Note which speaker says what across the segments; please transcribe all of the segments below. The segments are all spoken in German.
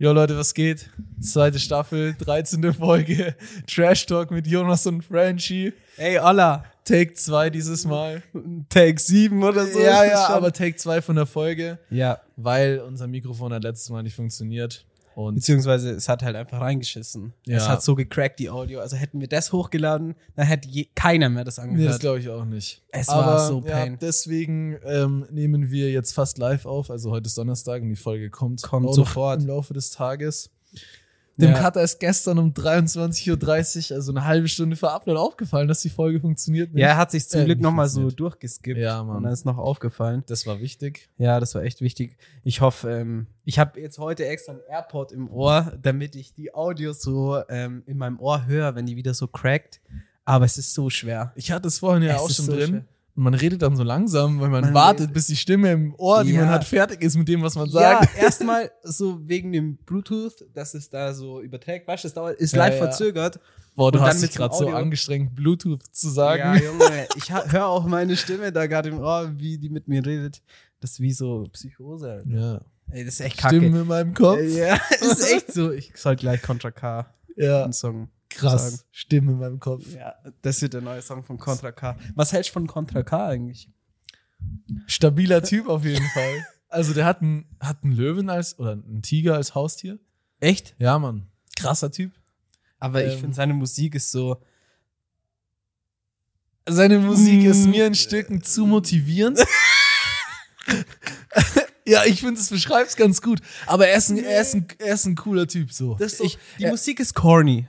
Speaker 1: Jo Leute, was geht? Zweite Staffel, 13. Folge, Trash Talk mit Jonas und Franchi.
Speaker 2: Ey, Olla.
Speaker 1: Take 2 dieses Mal.
Speaker 2: Take 7 oder so.
Speaker 1: ja,
Speaker 2: ist das
Speaker 1: ja,
Speaker 2: schon.
Speaker 1: aber Take 2 von der Folge,
Speaker 2: Ja,
Speaker 1: weil unser Mikrofon hat letztes Mal nicht funktioniert. Und
Speaker 2: beziehungsweise es hat halt einfach reingeschissen.
Speaker 1: Ja.
Speaker 2: Es hat so gecrackt, die Audio. Also hätten wir das hochgeladen, dann hätte je, keiner mehr das
Speaker 1: nee, das
Speaker 2: angehört.
Speaker 1: glaube ich auch nicht.
Speaker 2: Es
Speaker 1: aber,
Speaker 2: war so
Speaker 1: Ja,
Speaker 2: pain.
Speaker 1: deswegen ähm, nehmen wir jetzt fast live auf. Also heute ist Donnerstag und die Folge kommt,
Speaker 2: Kommt
Speaker 1: auch noch
Speaker 2: sofort.
Speaker 1: im Laufe des Tages. Dem
Speaker 2: Ja.
Speaker 1: Cutter ist gestern um 23.30 Uhr, also eine halbe Stunde vor Upload, aufgefallen, dass die Folge funktioniert. nicht.
Speaker 2: Ja, er hat sich zum
Speaker 1: Äh,
Speaker 2: Glück
Speaker 1: nicht
Speaker 2: nochmal so
Speaker 1: funktioniert.
Speaker 2: durchgeskippt.
Speaker 1: Ja, Mann.
Speaker 2: Und dann ist noch aufgefallen.
Speaker 1: Das war wichtig.
Speaker 2: Ja, das war echt wichtig. Ich hoffe, ähm, ich habe jetzt heute extra einen AirPod im Ohr, damit ich die Audios so ähm, in meinem Ohr höre, wenn die wieder so crackt. Aber es ist so schwer.
Speaker 1: Ich hatte es vorhin ja
Speaker 2: Es
Speaker 1: auch
Speaker 2: ist
Speaker 1: schon
Speaker 2: so
Speaker 1: drin.
Speaker 2: schön.
Speaker 1: Und man redet dann so langsam, weil man,
Speaker 2: Man
Speaker 1: wartet,
Speaker 2: redet-
Speaker 1: bis die Stimme im Ohr, die
Speaker 2: Ja.
Speaker 1: man hat, fertig ist mit dem, was man sagt.
Speaker 2: Ja, erstmal so wegen dem Bluetooth, dass es da so überträgt. Weißt du, es dauert, ist
Speaker 1: Ja,
Speaker 2: live
Speaker 1: ja.
Speaker 2: verzögert.
Speaker 1: Boah, du
Speaker 2: Und dann
Speaker 1: hast dich
Speaker 2: mit dem
Speaker 1: gerade so
Speaker 2: Audio.
Speaker 1: angestrengt, Bluetooth zu
Speaker 2: Ja,
Speaker 1: sagen.
Speaker 2: Junge, ich höre auch meine Stimme da gerade im Ohr, wie die mit mir redet. Das ist wie so Psychose. Alter.
Speaker 1: Ja.
Speaker 2: Ey, das ist echt kacke.
Speaker 1: Stimmen in meinem Kopf.
Speaker 2: Äh, Ja, ist echt so. Ich sollte gleich Contra K
Speaker 1: Ja,
Speaker 2: einen Song.
Speaker 1: krass.
Speaker 2: sagen.
Speaker 1: Stimmen in meinem Kopf.
Speaker 2: Ja, das wird der neue Song von Contra K. Was hältst du von Contra K eigentlich?
Speaker 1: Stabiler Typ auf jeden Fall. Also der hat einen, hat einen Löwen als, oder einen Tiger als Haustier.
Speaker 2: Echt?
Speaker 1: Ja, Mann. Krasser Typ.
Speaker 2: Aber ich
Speaker 1: Ähm.
Speaker 2: finde, seine Musik ist so.
Speaker 1: Seine Musik
Speaker 2: Mm.
Speaker 1: ist mir in Stücken zu motivierend. ja, ich finde, es beschreibt es ganz gut. Aber er ist, ein, er, ist ein, er ist ein cooler Typ so.
Speaker 2: ich, die
Speaker 1: äh,
Speaker 2: Musik ist corny.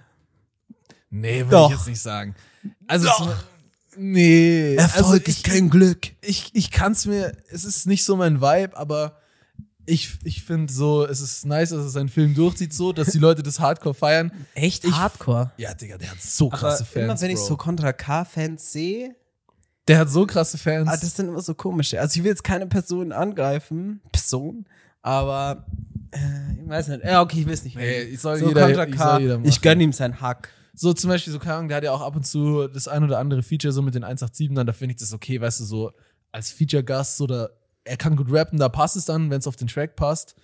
Speaker 1: nee, würde
Speaker 2: Doch.
Speaker 1: ich jetzt nicht sagen. Also,
Speaker 2: Doch.
Speaker 1: es- nee. also ich,
Speaker 2: Glück.
Speaker 1: Ich, ich kann es mir, es ist nicht so mein Vibe, aber ich, ich finde so, es ist nice, dass es einen Film durchzieht, so, dass die Leute das Hardcore feiern.
Speaker 2: Echt
Speaker 1: Ich-
Speaker 2: Hardcore.
Speaker 1: Ja, Digga, der hat so
Speaker 2: Aber
Speaker 1: krasse Fans.
Speaker 2: immer wenn ich
Speaker 1: Bro.
Speaker 2: so Contra K-Fans sehe,
Speaker 1: der hat so krasse Fans.
Speaker 2: ah, das sind immer so komische. Also ich will jetzt keine Person angreifen, Person, aber äh, ich weiß nicht. Ja, okay, ich will es nicht.
Speaker 1: Nee,
Speaker 2: reden.
Speaker 1: ich soll
Speaker 2: so
Speaker 1: jeder-
Speaker 2: Contra
Speaker 1: ich
Speaker 2: K,
Speaker 1: soll jeder
Speaker 2: ich, gönn ihm seinen Hack.
Speaker 1: So zum Beispiel, so keine Ahnung, der hat ja auch ab und zu das ein oder andere Feature so mit den 187ern, da finde ich das okay, weißt du, so als Feature-Gast oder er kann gut rappen, da passt es dann, wenn es auf den Track passt.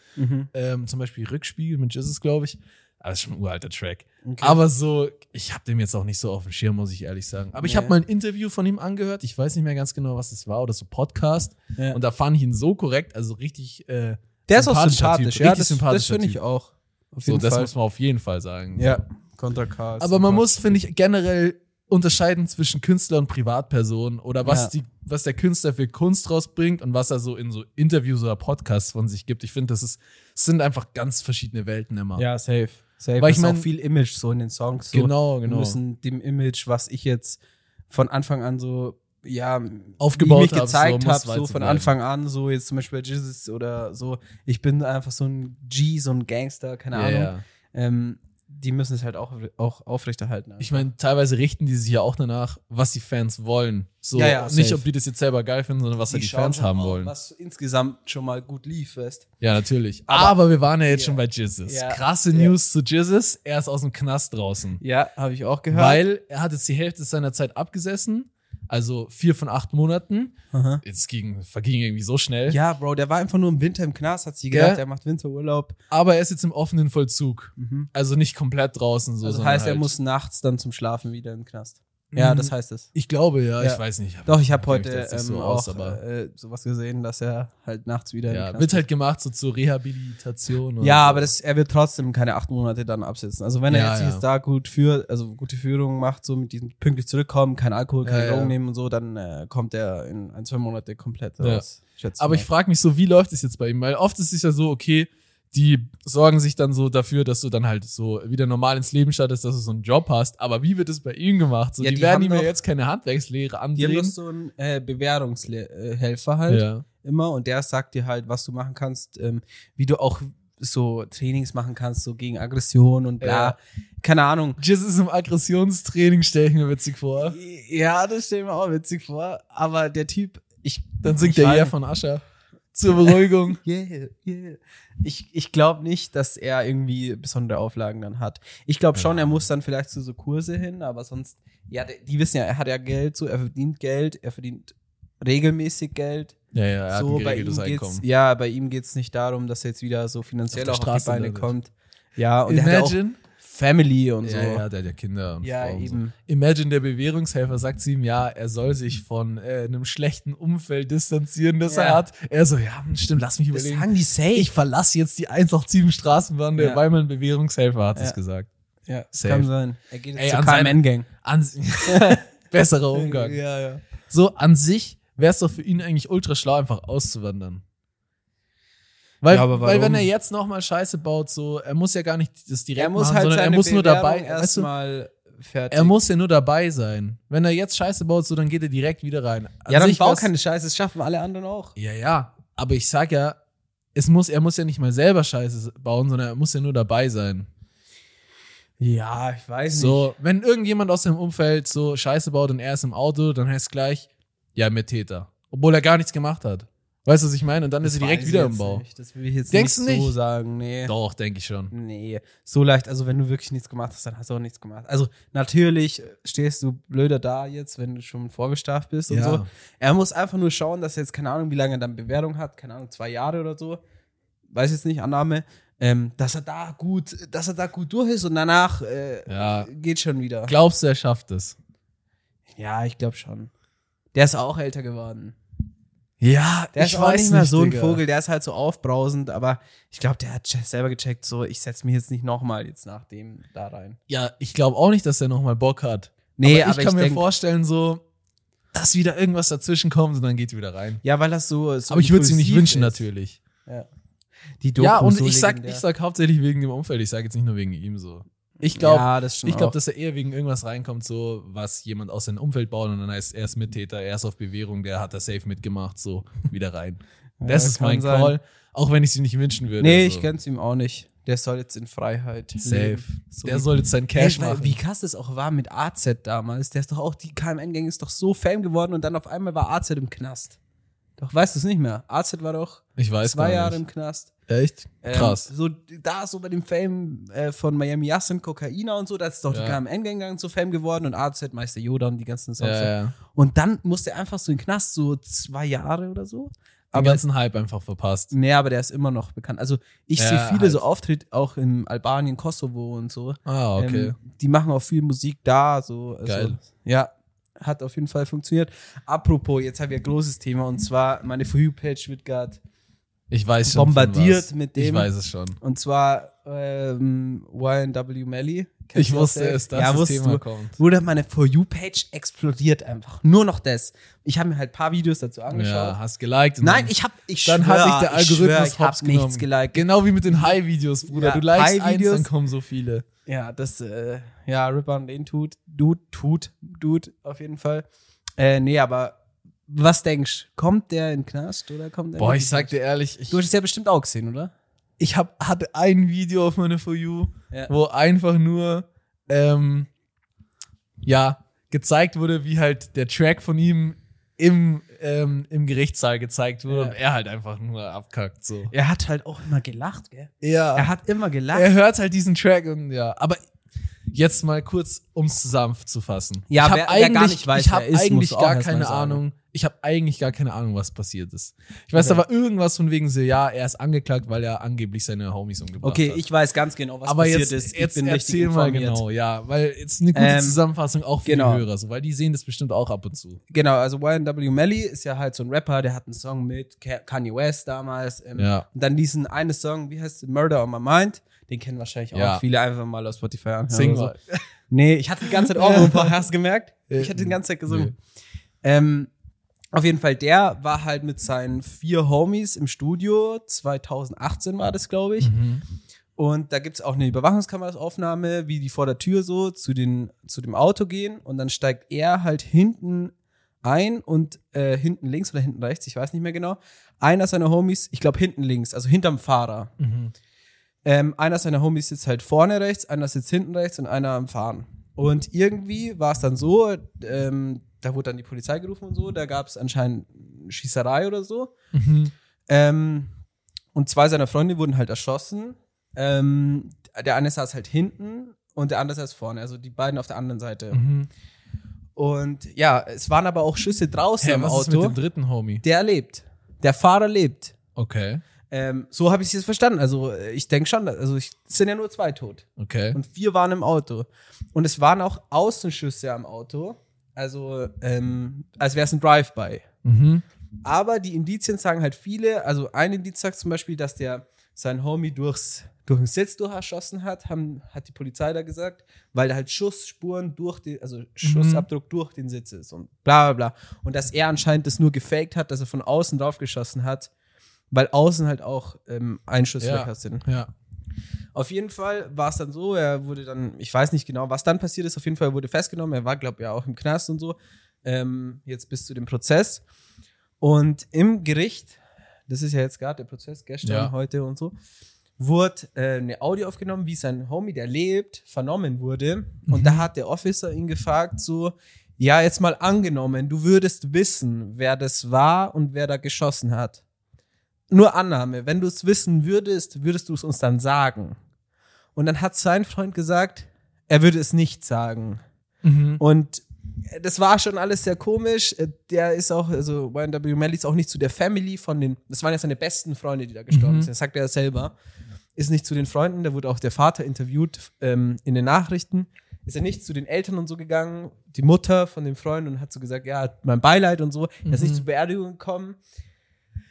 Speaker 1: Ähm, zum Beispiel Rückspiegel mit Jesus, glaube ich. Aber das ist schon ein uralter Track.
Speaker 2: Okay.
Speaker 1: Aber so, ich habe dem jetzt auch nicht so auf dem Schirm, muss ich ehrlich sagen. Aber ich habe
Speaker 2: Nee.
Speaker 1: mal ein Interview von ihm angehört, ich weiß nicht mehr ganz genau, was das war oder so Podcast.
Speaker 2: Ja.
Speaker 1: Und da fand ich ihn so korrekt, also richtig. Äh,
Speaker 2: der ist
Speaker 1: sympathischer
Speaker 2: auch sympathisch,
Speaker 1: Typ, richtig
Speaker 2: ja, das, das
Speaker 1: sympathischer
Speaker 2: finde ich
Speaker 1: Typ.
Speaker 2: auch. Auf
Speaker 1: so,
Speaker 2: jeden
Speaker 1: das
Speaker 2: Fall.
Speaker 1: muss man auf jeden Fall sagen.
Speaker 2: ja, Contra K. ist
Speaker 1: Aber man
Speaker 2: super.
Speaker 1: muss, finde ich, generell unterscheiden zwischen Künstler und Privatperson oder was,
Speaker 2: Ja.
Speaker 1: die, was der Künstler für Kunst rausbringt und was er so in so Interviews oder Podcasts von sich gibt. Ich finde, das ist, es sind einfach ganz verschiedene Welten immer.
Speaker 2: Ja, safe. Safe.
Speaker 1: Weil ich
Speaker 2: Das ist
Speaker 1: mein-
Speaker 2: auch viel Image so in den Songs. So.
Speaker 1: genau,
Speaker 2: Wir
Speaker 1: genau.
Speaker 2: müssen dem Image, was ich jetzt von Anfang an so, ja,
Speaker 1: Aufgebaut
Speaker 2: wie ich mich
Speaker 1: hab,
Speaker 2: gezeigt
Speaker 1: so muss
Speaker 2: habe, so,
Speaker 1: weiter
Speaker 2: von
Speaker 1: bleiben.
Speaker 2: Anfang an, so jetzt zum Beispiel bei Jesus oder so, ich bin einfach so ein G, so ein Gangster, keine
Speaker 1: ja,
Speaker 2: Ahnung.
Speaker 1: ja.
Speaker 2: Ähm, die müssen es halt auch, auch aufrechterhalten.
Speaker 1: Ich meine, teilweise richten die sich ja auch danach, was die Fans wollen. So,
Speaker 2: Ja, ja,
Speaker 1: nicht,
Speaker 2: safe.
Speaker 1: ob die das jetzt selber geil finden, sondern was halt die
Speaker 2: schauen
Speaker 1: Fans
Speaker 2: schon
Speaker 1: haben
Speaker 2: auch,
Speaker 1: wollen.
Speaker 2: Was insgesamt schon mal gut lief, weißt
Speaker 1: Ja, natürlich. Aber,
Speaker 2: Aber-
Speaker 1: wir waren ja jetzt
Speaker 2: Ja.
Speaker 1: schon bei Jesus.
Speaker 2: Ja.
Speaker 1: Krasse
Speaker 2: Ja.
Speaker 1: News zu Jesus. Er ist aus dem Knast draußen.
Speaker 2: Ja, habe ich auch gehört.
Speaker 1: Weil er hat jetzt die Hälfte seiner Zeit abgesessen, also vier von acht Monaten.
Speaker 2: Aha.
Speaker 1: Es ging, verging irgendwie so schnell.
Speaker 2: Ja, Bro, der war einfach nur im Winter im Knast, hat sie
Speaker 1: Gell?
Speaker 2: gedacht, er macht Winterurlaub.
Speaker 1: Aber er ist jetzt im offenen Vollzug.
Speaker 2: Mhm.
Speaker 1: Also nicht komplett draußen. So,
Speaker 2: also
Speaker 1: sondern
Speaker 2: heißt, er
Speaker 1: halt-
Speaker 2: muss nachts dann zum Schlafen wieder in den Knast. Ja,
Speaker 1: Mhm.
Speaker 2: das heißt es.
Speaker 1: Ich glaube, ja,
Speaker 2: Ja.
Speaker 1: ich weiß nicht.
Speaker 2: Doch, ich habe
Speaker 1: Kenn mich
Speaker 2: heute
Speaker 1: jetzt
Speaker 2: ähm,
Speaker 1: nicht so
Speaker 2: auch
Speaker 1: aus, aber-
Speaker 2: äh, sowas gesehen, dass er halt nachts wieder. in den
Speaker 1: Ja,
Speaker 2: Knast
Speaker 1: wird halt gemacht so zur Rehabilitation.
Speaker 2: geht.
Speaker 1: oder
Speaker 2: ja,
Speaker 1: so.
Speaker 2: aber das, er wird trotzdem keine acht Monate dann absitzen. Also wenn er
Speaker 1: Ja,
Speaker 2: jetzt,
Speaker 1: ja.
Speaker 2: jetzt da gut für, also gute Führung macht, so mit diesem pünktlich zurückkommen, kein Alkohol, keine
Speaker 1: Ja,
Speaker 2: Drogen
Speaker 1: ja.
Speaker 2: nehmen und so, dann äh, kommt er in ein, zwei Monate komplett
Speaker 1: Ja.
Speaker 2: raus. Schätze
Speaker 1: Aber
Speaker 2: mal.
Speaker 1: ich frage mich so, wie läuft es jetzt bei ihm? Weil oft ist es ja so, okay, die sorgen sich dann so dafür, dass du dann halt so wieder normal ins Leben startest, dass du so einen Job hast. Aber wie wird es bei ihm gemacht? So,
Speaker 2: Ja,
Speaker 1: die,
Speaker 2: die
Speaker 1: werden
Speaker 2: haben
Speaker 1: ihm ja
Speaker 2: doch-
Speaker 1: jetzt keine Handwerkslehre
Speaker 2: die haben
Speaker 1: andrehen.
Speaker 2: doch so einen äh, Bewährungshelfer halt.
Speaker 1: ja.
Speaker 2: immer und der sagt dir halt, was du machen kannst, ähm, wie du auch so Trainings machen kannst, so gegen Aggression und bla.
Speaker 1: Ja.
Speaker 2: Keine Ahnung.
Speaker 1: Jizz ist im Aggressionstraining, stelle ich mir witzig vor.
Speaker 2: Ja, das stelle ich mir auch witzig vor, aber der Typ, ich.
Speaker 1: Dann singt
Speaker 2: ich
Speaker 1: der
Speaker 2: weiß
Speaker 1: Jär von Ascher. Zur Beruhigung.
Speaker 2: Yeah, yeah. Ich, ich glaube nicht, dass er irgendwie besondere Auflagen dann hat. Ich glaube schon,
Speaker 1: Ja.
Speaker 2: er muss dann vielleicht zu so Kurse hin, aber sonst, ja, die, die wissen ja, er hat ja Geld, so, er verdient Geld, er verdient regelmäßig Geld.
Speaker 1: Ja, ja, er hat ein
Speaker 2: so, bei ihm
Speaker 1: geregeltes
Speaker 2: geht's,
Speaker 1: Einkommen.
Speaker 2: ja, bei ihm geht es nicht darum, dass er jetzt wieder so finanziell
Speaker 1: der
Speaker 2: auf, die
Speaker 1: Straße
Speaker 2: Beine
Speaker 1: landet.
Speaker 2: kommt. Ja, und er hat ja auch Family und so.
Speaker 1: Ja, ja, der hat ja Kinder und
Speaker 2: Ja,
Speaker 1: Frauen und
Speaker 2: eben.
Speaker 1: So. Imagine, der Bewährungshelfer sagt zu ihm, ja, er soll sich von äh, einem schlechten Umfeld distanzieren, das
Speaker 2: Ja.
Speaker 1: er hat. Er so, ja, hm, stimmt, lass mich
Speaker 2: Das
Speaker 1: überlegen.
Speaker 2: sagen die safe.
Speaker 1: Ich verlasse jetzt die 187 Straßenbahn,
Speaker 2: Ja.
Speaker 1: weil mein Bewährungshelfer hat
Speaker 2: Ja.
Speaker 1: es gesagt.
Speaker 2: ja,
Speaker 1: safe.
Speaker 2: kann sein. Er geht jetzt
Speaker 1: Ey,
Speaker 2: zur
Speaker 1: an seinem-
Speaker 2: KMN-Gang.
Speaker 1: An Besserer
Speaker 2: Oh
Speaker 1: Umgang.
Speaker 2: Ja, ja.
Speaker 1: So an sich wäre es doch für ihn eigentlich ultra schlau, einfach auszuwandern. Weil,
Speaker 2: Ja, aber
Speaker 1: weil wenn
Speaker 2: warum?
Speaker 1: er jetzt nochmal Scheiße baut, so, er muss ja gar nicht das direkt
Speaker 2: Er muss
Speaker 1: machen,
Speaker 2: halt
Speaker 1: sondern er
Speaker 2: seine
Speaker 1: muss nur dabei, weißt du,
Speaker 2: erstmal fertig.
Speaker 1: er muss ja nur dabei sein. Wenn er jetzt Scheiße baut, so, dann geht er direkt wieder rein. An
Speaker 2: ja, dann
Speaker 1: sich
Speaker 2: bau
Speaker 1: wär's-
Speaker 2: keine Scheiße, das schaffen alle anderen auch.
Speaker 1: Ja, ja, aber ich sag ja, es muss, er muss ja nicht mal selber Scheiße bauen, sondern er muss ja nur dabei sein.
Speaker 2: Ja, ich weiß
Speaker 1: So, wenn irgendjemand aus dem Umfeld so Scheiße baut und er ist im Auto, dann heißt gleich, ja, mit Täter. Obwohl er gar nichts gemacht hat. Weißt du, was ich meine? Und dann ist er direkt wieder im Bau.
Speaker 2: Nicht. Das will ich jetzt
Speaker 1: Denkst
Speaker 2: nicht,
Speaker 1: du
Speaker 2: so
Speaker 1: nicht?
Speaker 2: sagen. Nee.
Speaker 1: Doch, denke ich schon.
Speaker 2: Nee, so leicht. Also, wenn du wirklich nichts gemacht hast, dann hast du auch nichts gemacht. Also, natürlich äh, stehst du blöder da jetzt, wenn du schon vorgestraft bist und
Speaker 1: Ja.
Speaker 2: so. Er muss einfach nur schauen, dass er jetzt, keine Ahnung, wie lange er dann Bewährung hat, keine Ahnung, zwei Jahre oder so. Weiß jetzt nicht, Annahme. Ähm, dass er da gut, dass er da gut durch ist und danach äh,
Speaker 1: Ja.
Speaker 2: geht schon wieder.
Speaker 1: Glaubst du, er schafft es?
Speaker 2: ja, ich glaube schon. Der ist auch älter geworden.
Speaker 1: Ja,
Speaker 2: Der ist auch nicht mehr so ein
Speaker 1: Digga.
Speaker 2: Vogel, der ist halt so aufbrausend, aber ich glaube, der hat selber gecheckt, so, ich setze mich jetzt nicht nochmal jetzt nach dem da rein.
Speaker 1: Ja, ich glaube auch nicht, dass er nochmal Bock hat.
Speaker 2: Nee,
Speaker 1: aber ich kann mir
Speaker 2: denk-
Speaker 1: vorstellen, so, dass wieder irgendwas dazwischen kommt und dann geht wieder rein.
Speaker 2: Ja, weil das so. so
Speaker 1: aber ich würde es ihm nicht
Speaker 2: impulsiv
Speaker 1: wünschen,
Speaker 2: ist.
Speaker 1: natürlich.
Speaker 2: Ja, die Doku
Speaker 1: Ja, und
Speaker 2: so
Speaker 1: ich sag,
Speaker 2: legendär.
Speaker 1: ich sag hauptsächlich wegen dem Umfeld. Ich sage jetzt nicht nur wegen ihm so. Ich glaube,
Speaker 2: ja, das stimmt.
Speaker 1: ich glaube, dass er eher wegen irgendwas reinkommt, so was jemand aus seinem Umfeld baut und dann heißt, er ist Mittäter, er ist auf Bewährung, der hat das safe mitgemacht, so wieder rein. Das
Speaker 2: Ja,
Speaker 1: ist
Speaker 2: kann
Speaker 1: mein
Speaker 2: sein.
Speaker 1: Call, auch wenn ich sie nicht wünschen würde.
Speaker 2: Nee,
Speaker 1: so.
Speaker 2: ich gönn's ihm auch nicht. Der soll jetzt in Freiheit.
Speaker 1: Safe.
Speaker 2: leben. So
Speaker 1: der
Speaker 2: wie-
Speaker 1: soll jetzt sein
Speaker 2: Ey,
Speaker 1: Cash
Speaker 2: weil-
Speaker 1: machen.
Speaker 2: Wie krass das auch war mit AZ damals. Der ist doch auch, die KMN-Gang ist doch so Fame geworden und dann auf einmal war AZ im Knast. Doch weißt du es nicht mehr. AZ war doch
Speaker 1: Ich weiß
Speaker 2: zwei
Speaker 1: gar
Speaker 2: Jahre im
Speaker 1: nicht.
Speaker 2: Knast.
Speaker 1: Echt?
Speaker 2: Ähm,
Speaker 1: Krass.
Speaker 2: So, da so bei dem Fame äh, von Miami Yas und Kokaina und so, da ist doch die
Speaker 1: Ja.
Speaker 2: KMN-Gang dann zu Fame geworden und AZ, Meister Yoda und die ganzen Songs.
Speaker 1: ja, ja. Den
Speaker 2: Und dann musste er einfach so in den Knast, so zwei Jahre oder so. Aber
Speaker 1: ganzen Hype einfach verpasst.
Speaker 2: mehr, aber der ist immer noch bekannt. Also ich
Speaker 1: Ja,
Speaker 2: sehe viele
Speaker 1: halt.
Speaker 2: so Auftritte, auch in Albanien, Kosovo und so.
Speaker 1: Ah, okay.
Speaker 2: Ähm, die machen auch viel Musik da. So. Also,
Speaker 1: Geil.
Speaker 2: Ja, hat auf jeden Fall funktioniert. Apropos, jetzt haben wir ein großes Thema und zwar meine For You-Page wird gerade
Speaker 1: ich weiß schon. von
Speaker 2: bombardiert
Speaker 1: was.
Speaker 2: mit dem-
Speaker 1: Ich weiß es schon.
Speaker 2: und zwar ähm, YNW Melly. Kennst
Speaker 1: Ich
Speaker 2: du
Speaker 1: wusste
Speaker 2: safe?
Speaker 1: es, dass
Speaker 2: ja,
Speaker 1: das
Speaker 2: wusstest
Speaker 1: Thema
Speaker 2: du.
Speaker 1: kommt.
Speaker 2: Bruder, meine For You-Page explodiert einfach. Nur noch das. Ich habe mir halt ein paar Videos dazu angeschaut.
Speaker 1: Ja, hast geliked. und
Speaker 2: Nein,
Speaker 1: dann-
Speaker 2: ich hab, ich
Speaker 1: Dann
Speaker 2: schwör,
Speaker 1: hat sich der Algorithmus
Speaker 2: ich, schwör, ich hab
Speaker 1: hops genommen.
Speaker 2: nichts geliked.
Speaker 1: Genau wie mit den High-Videos, Bruder.
Speaker 2: Ja,
Speaker 1: du likest eins,
Speaker 2: High-Videos.
Speaker 1: dann kommen so viele.
Speaker 2: Ja, das, äh, ja, Rip an den tut, Dude, tut, Dude, auf jeden Fall. Äh, nee, aber was denkst du? Kommt der in den Knast oder kommt der
Speaker 1: Boah,
Speaker 2: nicht
Speaker 1: ich
Speaker 2: in den
Speaker 1: sag dir ehrlich, ich,
Speaker 2: Knast? Du hast es ja bestimmt auch gesehen, oder?
Speaker 1: ich hab, hatte ein Video auf meiner For You,
Speaker 2: Ja.
Speaker 1: wo einfach nur, ähm, ja, gezeigt wurde, wie halt der Track von ihm im, ähm, im Gerichtssaal gezeigt wurde
Speaker 2: Ja.
Speaker 1: und er halt einfach nur abkackt, so.
Speaker 2: Er hat halt auch immer gelacht, gell?
Speaker 1: Ja.
Speaker 2: Er hat immer gelacht.
Speaker 1: er hört halt diesen Track und ja, aber jetzt mal kurz, um es zusammenzufassen.
Speaker 2: Ja,
Speaker 1: ich hab
Speaker 2: wer- wer
Speaker 1: eigentlich,
Speaker 2: gar nicht weiß,
Speaker 1: ich habe
Speaker 2: wer er ist,
Speaker 1: eigentlich
Speaker 2: muss auch
Speaker 1: gar
Speaker 2: erst mal
Speaker 1: keine
Speaker 2: sagen.
Speaker 1: Ahnung. Ich habe eigentlich gar keine Ahnung, was passiert ist. Ich weiß
Speaker 2: Okay.
Speaker 1: aber irgendwas von wegen so, ja, er ist angeklagt, weil er angeblich seine Homies umgebracht
Speaker 2: okay,
Speaker 1: hat.
Speaker 2: ich weiß ganz genau, was
Speaker 1: aber
Speaker 2: passiert
Speaker 1: jetzt,
Speaker 2: ist. Ich
Speaker 1: jetzt
Speaker 2: bin richtig
Speaker 1: erzähl mal
Speaker 2: informiert.
Speaker 1: genau, ja, weil jetzt eine gute
Speaker 2: Ähm,
Speaker 1: Zusammenfassung auch für
Speaker 2: genau.
Speaker 1: die Hörer, so, weil die sehen das bestimmt auch ab und zu.
Speaker 2: Genau, also YNW Melly ist ja halt so ein Rapper, der hat einen Song mit Ka- Kanye West damals. Ähm,
Speaker 1: Ja.
Speaker 2: Und dann diesen einen Song, wie heißt der? Murder on My Mind. Den kennen wahrscheinlich auch
Speaker 1: Ja.
Speaker 2: viele einfach mal auf Spotify anhören.
Speaker 1: Sing
Speaker 2: oder so.
Speaker 1: mal.
Speaker 2: Nee, ich hatte die ganze Zeit Europa, hast du gemerkt? Ich hatte die ganze Zeit gesungen. Ähm, auf jeden Fall, der war halt mit seinen vier Homies im Studio. 2018 war das, glaube ich.
Speaker 1: Mhm.
Speaker 2: Und da gibt es auch eine Überwachungskameraaufnahme, wie die vor der Tür so zu, den, zu dem Auto gehen. Und dann steigt er halt hinten ein und äh, hinten links oder hinten rechts, ich weiß nicht mehr genau. Einer seiner Homies, ich glaube hinten links, also hinterm Fahrer.
Speaker 1: Mhm.
Speaker 2: Ähm, einer seiner Homies sitzt halt vorne rechts, einer sitzt hinten rechts und einer am Fahren. Und irgendwie war es dann so, ähm, da wurde dann die Polizei gerufen und so, da gab es anscheinend eine Schießerei oder so.
Speaker 1: Mhm.
Speaker 2: Ähm, und zwei seiner Freunde wurden halt erschossen. Ähm, der eine saß halt hinten und der andere saß vorne, also die beiden auf der anderen Seite.
Speaker 1: Mhm.
Speaker 2: Und ja, es waren aber auch Schüsse draußen
Speaker 1: Hey,
Speaker 2: am
Speaker 1: was ist
Speaker 2: Auto.
Speaker 1: mit dem dritten Homie?
Speaker 2: der lebt. Der Fahrer lebt.
Speaker 1: Okay,
Speaker 2: Ähm, so habe ich es jetzt verstanden. Also äh, ich denke schon, also ich, es sind ja nur zwei tot.
Speaker 1: okay.
Speaker 2: Und vier waren im Auto. Und es waren auch Außenschüsse am Auto. Also ähm, als wäre es ein Drive-by.
Speaker 1: mhm.
Speaker 2: Aber die Indizien sagen halt viele, also ein Indiz sagt zum Beispiel, dass der sein Homie durchs, durch den Sitz durcherschossen hat, haben, hat die Polizei da gesagt, weil da halt Schussspuren durch den, also Schussabdruck durch den Sitz ist und bla bla bla. Und dass er anscheinend das nur gefaked hat, dass er von außen draufgeschossen hat, weil außen halt auch ähm, Einschusslöcher
Speaker 1: Ja.
Speaker 2: sind.
Speaker 1: Ja.
Speaker 2: Auf jeden Fall war es dann so, er wurde dann, ich weiß nicht genau, was dann passiert ist, auf jeden Fall wurde festgenommen, er war, glaube ich, ja auch im Knast und so, ähm, jetzt bis zu dem Prozess. Und im Gericht, das ist ja jetzt gerade der Prozess, gestern,
Speaker 1: Ja.
Speaker 2: heute und so, wurde äh, eine Audio aufgenommen, wie sein Homie, der lebt, vernommen wurde. Und da hat der Officer ihn gefragt, so, ja, jetzt mal angenommen, du würdest wissen, wer das war und wer da geschossen hat. Nur Annahme, wenn du es wissen würdest, würdest du es uns dann sagen. Und dann hat sein Freund gesagt, er würde es nicht sagen.
Speaker 1: Mhm.
Speaker 2: Und äh, das war schon alles sehr komisch. Äh, Der ist auch, also YNW Melly ist auch nicht zu der Family von den, das waren ja seine besten Freunde, die da gestorben
Speaker 1: Mhm.
Speaker 2: sind. Das sagt er selber. Ist nicht zu den Freunden, da wurde auch der Vater interviewt ähm, in den Nachrichten. Ist er nicht zu den Eltern und so gegangen, die Mutter von dem Freund und hat so gesagt, ja, mein Beileid und so. Er ist
Speaker 1: Mhm.
Speaker 2: nicht zur Beerdigung gekommen.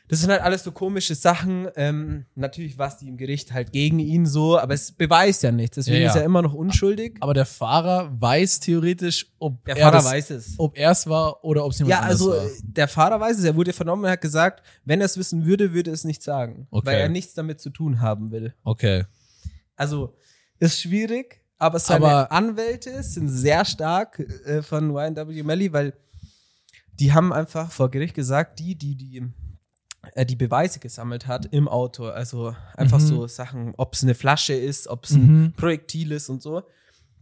Speaker 2: Das sind halt alles so komische Sachen. Ähm, natürlich war es die im Gericht halt gegen ihn so, aber es beweist ja nichts. Deswegen
Speaker 1: Ja, ja.
Speaker 2: ist er immer noch unschuldig.
Speaker 1: Aber der Fahrer weiß theoretisch, ob
Speaker 2: Der
Speaker 1: er
Speaker 2: Vater
Speaker 1: das-
Speaker 2: weiß es.
Speaker 1: ob er es war oder ob es jemand
Speaker 2: Ja,
Speaker 1: anders
Speaker 2: also
Speaker 1: war.
Speaker 2: der Fahrer weiß es, er wurde vernommen und hat gesagt, wenn er es wissen würde, würde er es nicht sagen,
Speaker 1: Okay.
Speaker 2: weil er nichts damit zu tun haben will.
Speaker 1: Okay.
Speaker 2: Also ist schwierig, aber seine
Speaker 1: Aber-
Speaker 2: Anwälte sind sehr stark äh, von YNW Melly, weil die haben einfach vor Gericht gesagt, die, die, die äh, die Beweise gesammelt hat im Auto, also einfach
Speaker 1: Mhm.
Speaker 2: so Sachen, ob es eine Flasche ist, ob es ein
Speaker 1: Mhm.
Speaker 2: Projektil ist und so.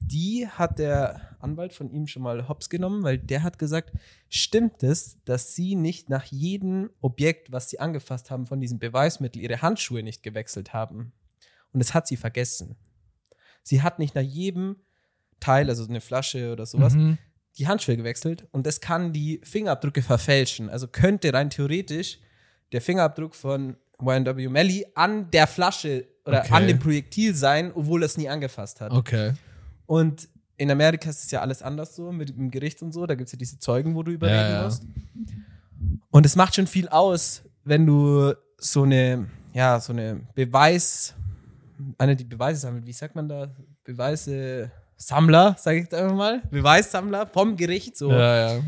Speaker 2: Die hat der Anwalt von ihm schon mal hops genommen, weil der hat gesagt, stimmt es, dass sie nicht nach jedem Objekt, was sie angefasst haben von diesem Beweismittel, ihre Handschuhe nicht gewechselt haben. Und das hat sie vergessen. Sie hat nicht nach jedem Teil, also eine Flasche oder sowas,
Speaker 1: Mhm.
Speaker 2: die Handschuhe gewechselt und das kann die Fingerabdrücke verfälschen. Also könnte rein theoretisch der Fingerabdruck von YNW Melly an der Flasche oder
Speaker 1: Okay.
Speaker 2: an dem Projektil sein, obwohl er es nie angefasst hat.
Speaker 1: Okay.
Speaker 2: Und in Amerika ist es ja alles anders so, mit dem Gericht und so. Da gibt es ja diese Zeugen, wo du überreden
Speaker 1: Ja, ja.
Speaker 2: musst. Und es macht schon viel aus, wenn du so eine, ja, so eine Beweis, eine, die Beweise sammelt, wie sagt man da? Beweise. Sammler, sage ich jetzt einfach mal, Beweissammler vom Gericht, so
Speaker 1: Ja, ja.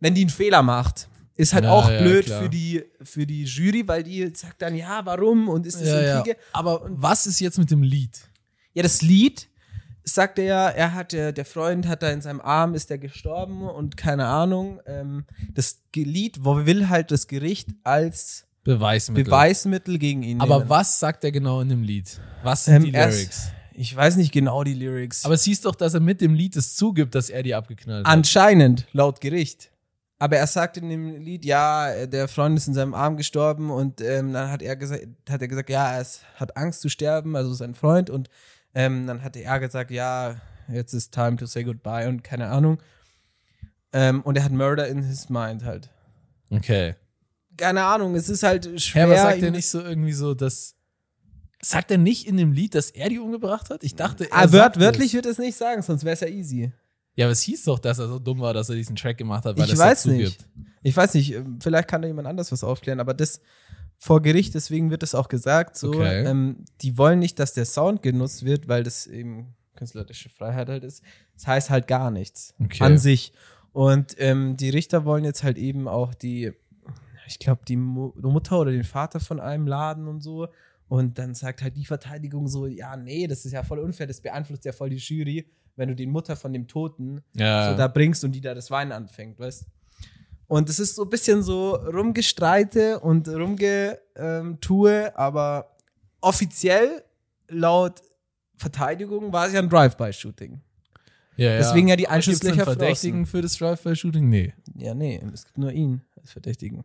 Speaker 2: wenn die einen Fehler macht, ist halt
Speaker 1: Ja,
Speaker 2: auch
Speaker 1: ja,
Speaker 2: blöd
Speaker 1: klar.
Speaker 2: für die, für die Jury, weil die sagt dann, ja, warum und ist das
Speaker 1: Ja, ja.
Speaker 2: Intrige? Ja.
Speaker 1: Aber was ist jetzt mit dem Lied?
Speaker 2: ja, das Lied sagt er ja, er hat der, der Freund hat da in seinem Arm, ist der gestorben und keine Ahnung. Ähm, das Ge- Lied wo will halt das Gericht als
Speaker 1: Beweismittel.
Speaker 2: Beweismittel gegen ihn
Speaker 1: Aber
Speaker 2: nehmen.
Speaker 1: was sagt er genau in dem Lied? Was sind
Speaker 2: Ähm,
Speaker 1: die
Speaker 2: erst-
Speaker 1: Lyrics?
Speaker 2: Ich weiß nicht genau die Lyrics.
Speaker 1: Aber es hieß doch, dass er mit dem Lied es zugibt, dass er die abgeknallt hat.
Speaker 2: Äh, Anscheinend, laut Gericht. Aber er sagt in dem Lied, ja, äh, der Freund ist in seinem Arm gestorben und ähm, dann hat er, gesagt, hat er gesagt, ja, es hat Angst zu sterben, also sein Freund. Und ähm, dann hatte er gesagt, ja, jetzt ist time to say goodbye und keine Ahnung. Ähm, und er hat Murder in his mind halt.
Speaker 1: Okay.
Speaker 2: Keine Ahnung, es ist halt
Speaker 1: Hä,
Speaker 2: schwer.
Speaker 1: aber sagt er
Speaker 2: ihm-
Speaker 1: nicht so irgendwie so, dass. Sagt er nicht in dem Lied, dass er die umgebracht hat? Ich dachte, er.
Speaker 2: ah,
Speaker 1: sagt
Speaker 2: wört,
Speaker 1: es.
Speaker 2: wörtlich wird es nicht sagen, sonst wäre es ja easy.
Speaker 1: Ja, aber es hieß doch, dass er so dumm war, dass er diesen Track gemacht hat, weil er
Speaker 2: ich
Speaker 1: es
Speaker 2: weiß
Speaker 1: dazu
Speaker 2: nicht.
Speaker 1: gibt.
Speaker 2: Ich weiß nicht, ähm, vielleicht kann da jemand anders was aufklären, aber das vor Gericht, deswegen wird das auch gesagt, so,
Speaker 1: Okay.
Speaker 2: ähm, die wollen nicht, dass der Sound genutzt wird, weil das eben künstlerische Freiheit halt ist. Das heißt halt gar nichts
Speaker 1: Okay.
Speaker 2: an sich. Und ähm, die Richter wollen jetzt halt eben auch die, ich glaube, die Mu Mutter oder den Vater von einem laden und so. Und dann sagt halt die Verteidigung so, ja, nee, das ist ja voll unfair, das beeinflusst ja voll die Jury, wenn du die Mutter von dem Toten
Speaker 1: Ja.
Speaker 2: so da bringst und die da das Weinen anfängt, weißt Und es ist so ein bisschen so rumgestreite und rumgetue, aber offiziell laut Verteidigung war es ja ein Drive-by-Shooting.
Speaker 1: ja, ja.
Speaker 2: Deswegen ja die
Speaker 1: Aber gibt's einen
Speaker 2: Einschusslöcher
Speaker 1: Verdächtigen für das Drive-By-Shooting? Nee.
Speaker 2: Ja, nee, es gibt nur ihn als Verdächtigen.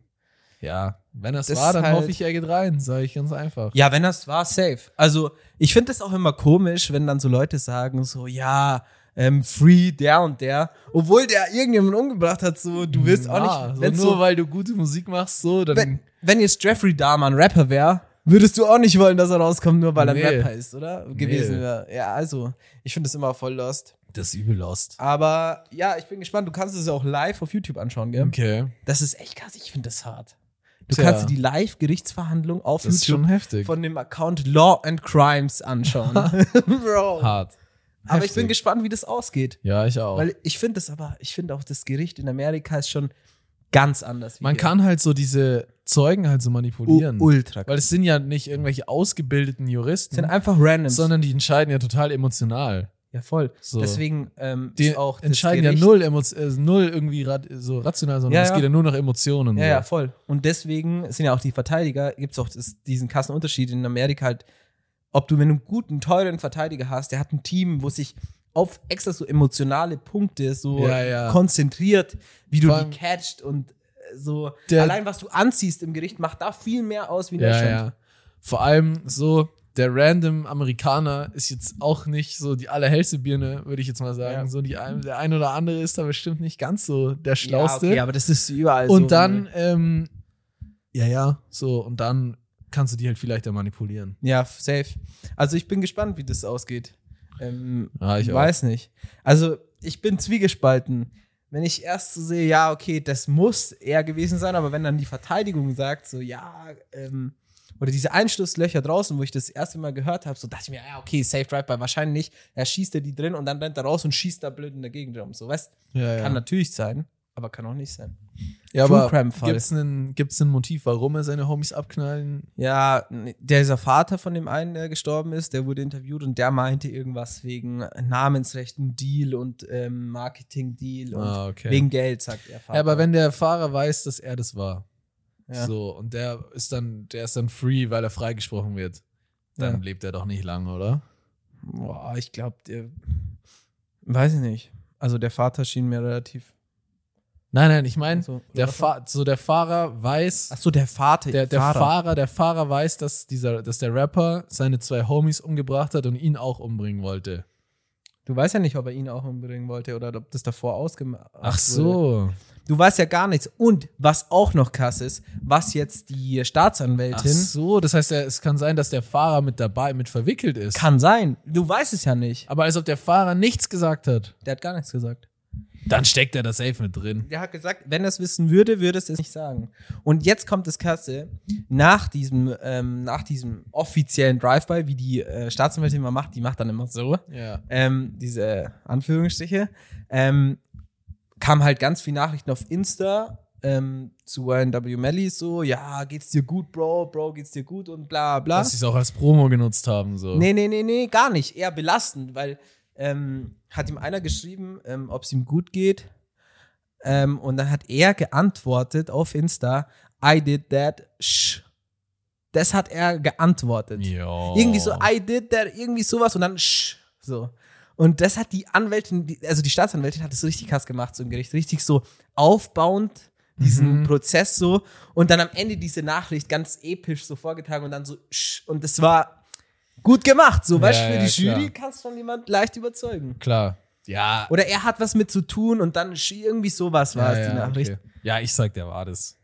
Speaker 1: Ja. Wenn das
Speaker 2: Das
Speaker 1: war, dann
Speaker 2: halt-
Speaker 1: hoffe ich, er geht rein, sage ich ganz einfach.
Speaker 2: Ja, wenn das war, safe. Also, ich finde das auch immer komisch, wenn dann so Leute sagen, so, ja, ähm, free der und der, obwohl der irgendjemanden umgebracht hat, so, du willst auch nicht,
Speaker 1: So
Speaker 2: wenn
Speaker 1: nur
Speaker 2: so,
Speaker 1: weil du gute Musik machst, so, dann.
Speaker 2: wenn, wenn jetzt Jeffrey Dahmer ein Rapper wäre, würdest du auch nicht wollen, dass er rauskommt, nur weil
Speaker 1: Nee.
Speaker 2: er ein Rapper ist, oder? Gewesen wäre. Ja, also, ich finde das immer voll lost.
Speaker 1: das ist übel lost.
Speaker 2: Aber ja, ich bin gespannt, du kannst es ja auch live auf YouTube anschauen, gell?
Speaker 1: Okay.
Speaker 2: Das ist echt krass, ich finde das hart. Du
Speaker 1: Tja.
Speaker 2: kannst dir die Live-Gerichtsverhandlung auf
Speaker 1: Das ist
Speaker 2: YouTube
Speaker 1: schon heftig.
Speaker 2: von dem Account Law and Crimes anschauen. Bro.
Speaker 1: Hart.
Speaker 2: Aber ich bin
Speaker 1: Heftig. Oh.
Speaker 2: gespannt, wie das ausgeht.
Speaker 1: Ja, ich auch.
Speaker 2: Weil ich finde das aber, ich finde auch das Gericht in Amerika ist schon ganz anders. wie
Speaker 1: Man
Speaker 2: hier.
Speaker 1: kann halt so diese Zeugen halt so
Speaker 2: U
Speaker 1: manipulieren.
Speaker 2: ultra.
Speaker 1: weil es sind ja nicht irgendwelche ausgebildeten
Speaker 2: Das sind
Speaker 1: Juristen,
Speaker 2: einfach random.
Speaker 1: sondern die entscheiden ja total emotional.
Speaker 2: ja, voll.
Speaker 1: So.
Speaker 2: Deswegen ähm,
Speaker 1: Die
Speaker 2: ist auch das
Speaker 1: entscheiden ja
Speaker 2: Gericht-
Speaker 1: null, emo- äh, null irgendwie rat so rational, sondern
Speaker 2: Ja,
Speaker 1: es
Speaker 2: ja.
Speaker 1: geht ja nur nach Emotionen.
Speaker 2: Ja,
Speaker 1: so.
Speaker 2: ja, voll. Und deswegen sind ja auch die Verteidiger, gibt es auch das, diesen krassen Unterschied in Amerika halt, ob du, wenn du einen guten, teuren Verteidiger hast, der hat ein Team, wo sich auf extra so emotionale Punkte so
Speaker 1: Ja, ja.
Speaker 2: konzentriert, wie du
Speaker 1: Vor
Speaker 2: die
Speaker 1: allem-
Speaker 2: catcht und äh, so.
Speaker 1: Der-
Speaker 2: Allein was du anziehst im Gericht, macht da viel mehr aus wie in
Speaker 1: Ja,
Speaker 2: Deutschland.
Speaker 1: ja. Vor allem so, der random Amerikaner ist jetzt auch nicht so die allerhellste Birne, würde ich jetzt mal sagen.
Speaker 2: Ja.
Speaker 1: So die ein, der ein oder andere ist da bestimmt nicht ganz so der Schlauste.
Speaker 2: Ja, okay, aber das ist überall so. ne?
Speaker 1: und dann, ähm, ja, ja, so, und dann kannst du die halt vielleicht da manipulieren.
Speaker 2: Ja, safe. Also ich bin gespannt, wie das ausgeht. Ähm,
Speaker 1: Ja, ich
Speaker 2: ich
Speaker 1: auch.
Speaker 2: weiß nicht. Also ich bin zwiegespalten. Wenn ich erst so sehe, ja, okay, das muss er gewesen sein, aber wenn dann die Verteidigung sagt, so, ja, ähm, oder diese Einschlusslöcher draußen, wo ich das erste Mal gehört habe, so dachte ich mir, ja, okay, safe drive by, wahrscheinlich, er schießt er die drin und dann rennt er raus und schießt da blöd in der Gegend rum. So, weißt
Speaker 1: Ja,
Speaker 2: kann
Speaker 1: ja.
Speaker 2: natürlich sein, aber kann auch nicht sein.
Speaker 1: ja
Speaker 2: True
Speaker 1: aber
Speaker 2: Crime-Fall.
Speaker 1: gibt's einen, gibt's einen Motiv, warum er seine Homies abknallen?
Speaker 2: Ja, n- dieser Vater von dem einen, der gestorben ist, der wurde interviewt und der meinte irgendwas wegen Namensrechten Deal und ähm, Marketing Deal und
Speaker 1: Ah, okay.
Speaker 2: wegen Geld, sagt er.
Speaker 1: Ja, aber wenn der Fahrer weiß, dass er das war,
Speaker 2: Ja.
Speaker 1: so, und der ist dann, der ist dann free, weil er freigesprochen wird, dann
Speaker 2: Ja.
Speaker 1: lebt er doch nicht lang, oder?
Speaker 2: Boah, ich glaube, der. Weiß ich nicht. Also der Vater schien mir relativ.
Speaker 1: Nein, nein, ich meine,
Speaker 2: Also,
Speaker 1: der,
Speaker 2: oder?
Speaker 1: Fa so der Fahrer weiß,
Speaker 2: Achso, der Vater.
Speaker 1: der, der Fahrer. der Fahrer weiß, dass, dieser, dass der Rapper seine zwei Homies umgebracht hat und ihn auch umbringen wollte.
Speaker 2: Du weißt ja nicht, ob er ihn auch umbringen wollte oder ob das davor ausgemacht
Speaker 1: Ach so.
Speaker 2: Du weißt ja gar nichts. Und was auch noch krass ist, was jetzt die
Speaker 1: Ach
Speaker 2: Staatsanwältin.
Speaker 1: so, das heißt, er- es kann sein, dass der Fahrer mit dabei, mit verwickelt ist.
Speaker 2: Kann sein. Du weißt es ja nicht.
Speaker 1: Aber als ob der Fahrer nichts gesagt hat.
Speaker 2: Der hat gar nichts gesagt.
Speaker 1: Dann steckt er das safe mit drin.
Speaker 2: Der hat gesagt, wenn er es wissen würde, würde es es nicht sagen. Und jetzt kommt das Kasse. Nach diesem, ähm, nach diesem offiziellen Drive-By, wie die äh, Staatsanwältin immer macht, die macht dann immer so,
Speaker 1: Ja.
Speaker 2: ähm, diese Anführungsstriche, ähm, kam halt ganz viel Nachrichten auf Insta ähm, zu YNW Melly so, ja, geht's dir gut, Bro, Bro, geht's dir gut und bla bla.
Speaker 1: Dass sie es auch als Promo genutzt haben, so.
Speaker 2: Nee, nee, nee, nee, gar nicht. Eher belastend, weil ähm, hat ihm einer geschrieben, ähm, ob es ihm gut geht. Ähm, und dann hat er geantwortet auf Insta, I did that, sh. Das hat er geantwortet.
Speaker 1: Jo.
Speaker 2: Irgendwie so, I did that, irgendwie sowas und dann sh. So. Und das hat die Anwältin, die, also die Staatsanwältin hat das so richtig krass gemacht, so im Gericht. Richtig so aufbauend diesen
Speaker 1: Mhm.
Speaker 2: Prozess so und dann am Ende diese Nachricht ganz episch so vorgetragen und dann so sch. Und das war gut gemacht, so.
Speaker 1: Ja,
Speaker 2: weißt du, für
Speaker 1: ja,
Speaker 2: die
Speaker 1: klar.
Speaker 2: Jury kannst schon jemand leicht überzeugen.
Speaker 1: Klar. Ja.
Speaker 2: Oder er hat was mit zu tun und dann sch, irgendwie sowas war
Speaker 1: ja,
Speaker 2: es, die
Speaker 1: ja,
Speaker 2: Nachricht.
Speaker 1: okay. ja, ich sag, der war das.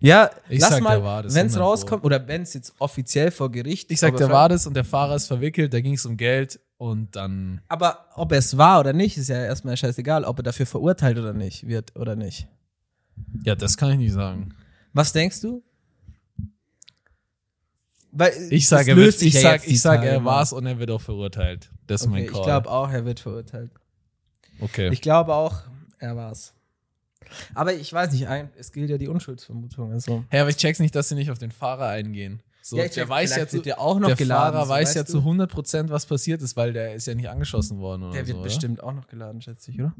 Speaker 2: Ja,
Speaker 1: Ich
Speaker 2: lass
Speaker 1: sag, der war
Speaker 2: mal,
Speaker 1: das,
Speaker 2: wenn es
Speaker 1: 100 Pro.
Speaker 2: rauskommt oder wenn es jetzt offiziell vor Gericht
Speaker 1: Ich sag,
Speaker 2: aber
Speaker 1: der
Speaker 2: vielleicht-
Speaker 1: war das und der Fahrer ist verwickelt, da ging es um Geld und dann.
Speaker 2: Aber ob er es war oder nicht, ist ja erstmal scheißegal, ob er dafür verurteilt oder nicht wird oder nicht.
Speaker 1: Ja, das kann ich nicht sagen.
Speaker 2: Was denkst du? Weil, äh,
Speaker 1: Ich
Speaker 2: das
Speaker 1: sag, er, wird,
Speaker 2: löst sich
Speaker 1: ich
Speaker 2: ja
Speaker 1: sag,
Speaker 2: jetzt die
Speaker 1: ich sag
Speaker 2: Tage
Speaker 1: er
Speaker 2: mal.
Speaker 1: war's und er wird auch verurteilt. Das ist
Speaker 2: Okay,
Speaker 1: mein
Speaker 2: ich
Speaker 1: Call.
Speaker 2: glaube auch, er wird verurteilt.
Speaker 1: okay.
Speaker 2: Ich glaube auch, er war's. Aber ich weiß nicht, ein- es gilt ja die Unschuldsvermutung. Also.
Speaker 1: Hä, aber ich check's nicht, dass sie nicht auf den Fahrer eingehen. So,
Speaker 2: Ja, ich
Speaker 1: der
Speaker 2: check,
Speaker 1: weiß ja
Speaker 2: vielleicht
Speaker 1: zu,
Speaker 2: wird der auch noch
Speaker 1: der
Speaker 2: geladen,
Speaker 1: Fahrer
Speaker 2: so,
Speaker 1: weiß
Speaker 2: weißt
Speaker 1: ja
Speaker 2: du?
Speaker 1: zu 100 was passiert ist, weil der ist ja nicht angeschossen worden oder
Speaker 2: Der wird
Speaker 1: so.
Speaker 2: bestimmt auch noch geladen, schätze ich, oder?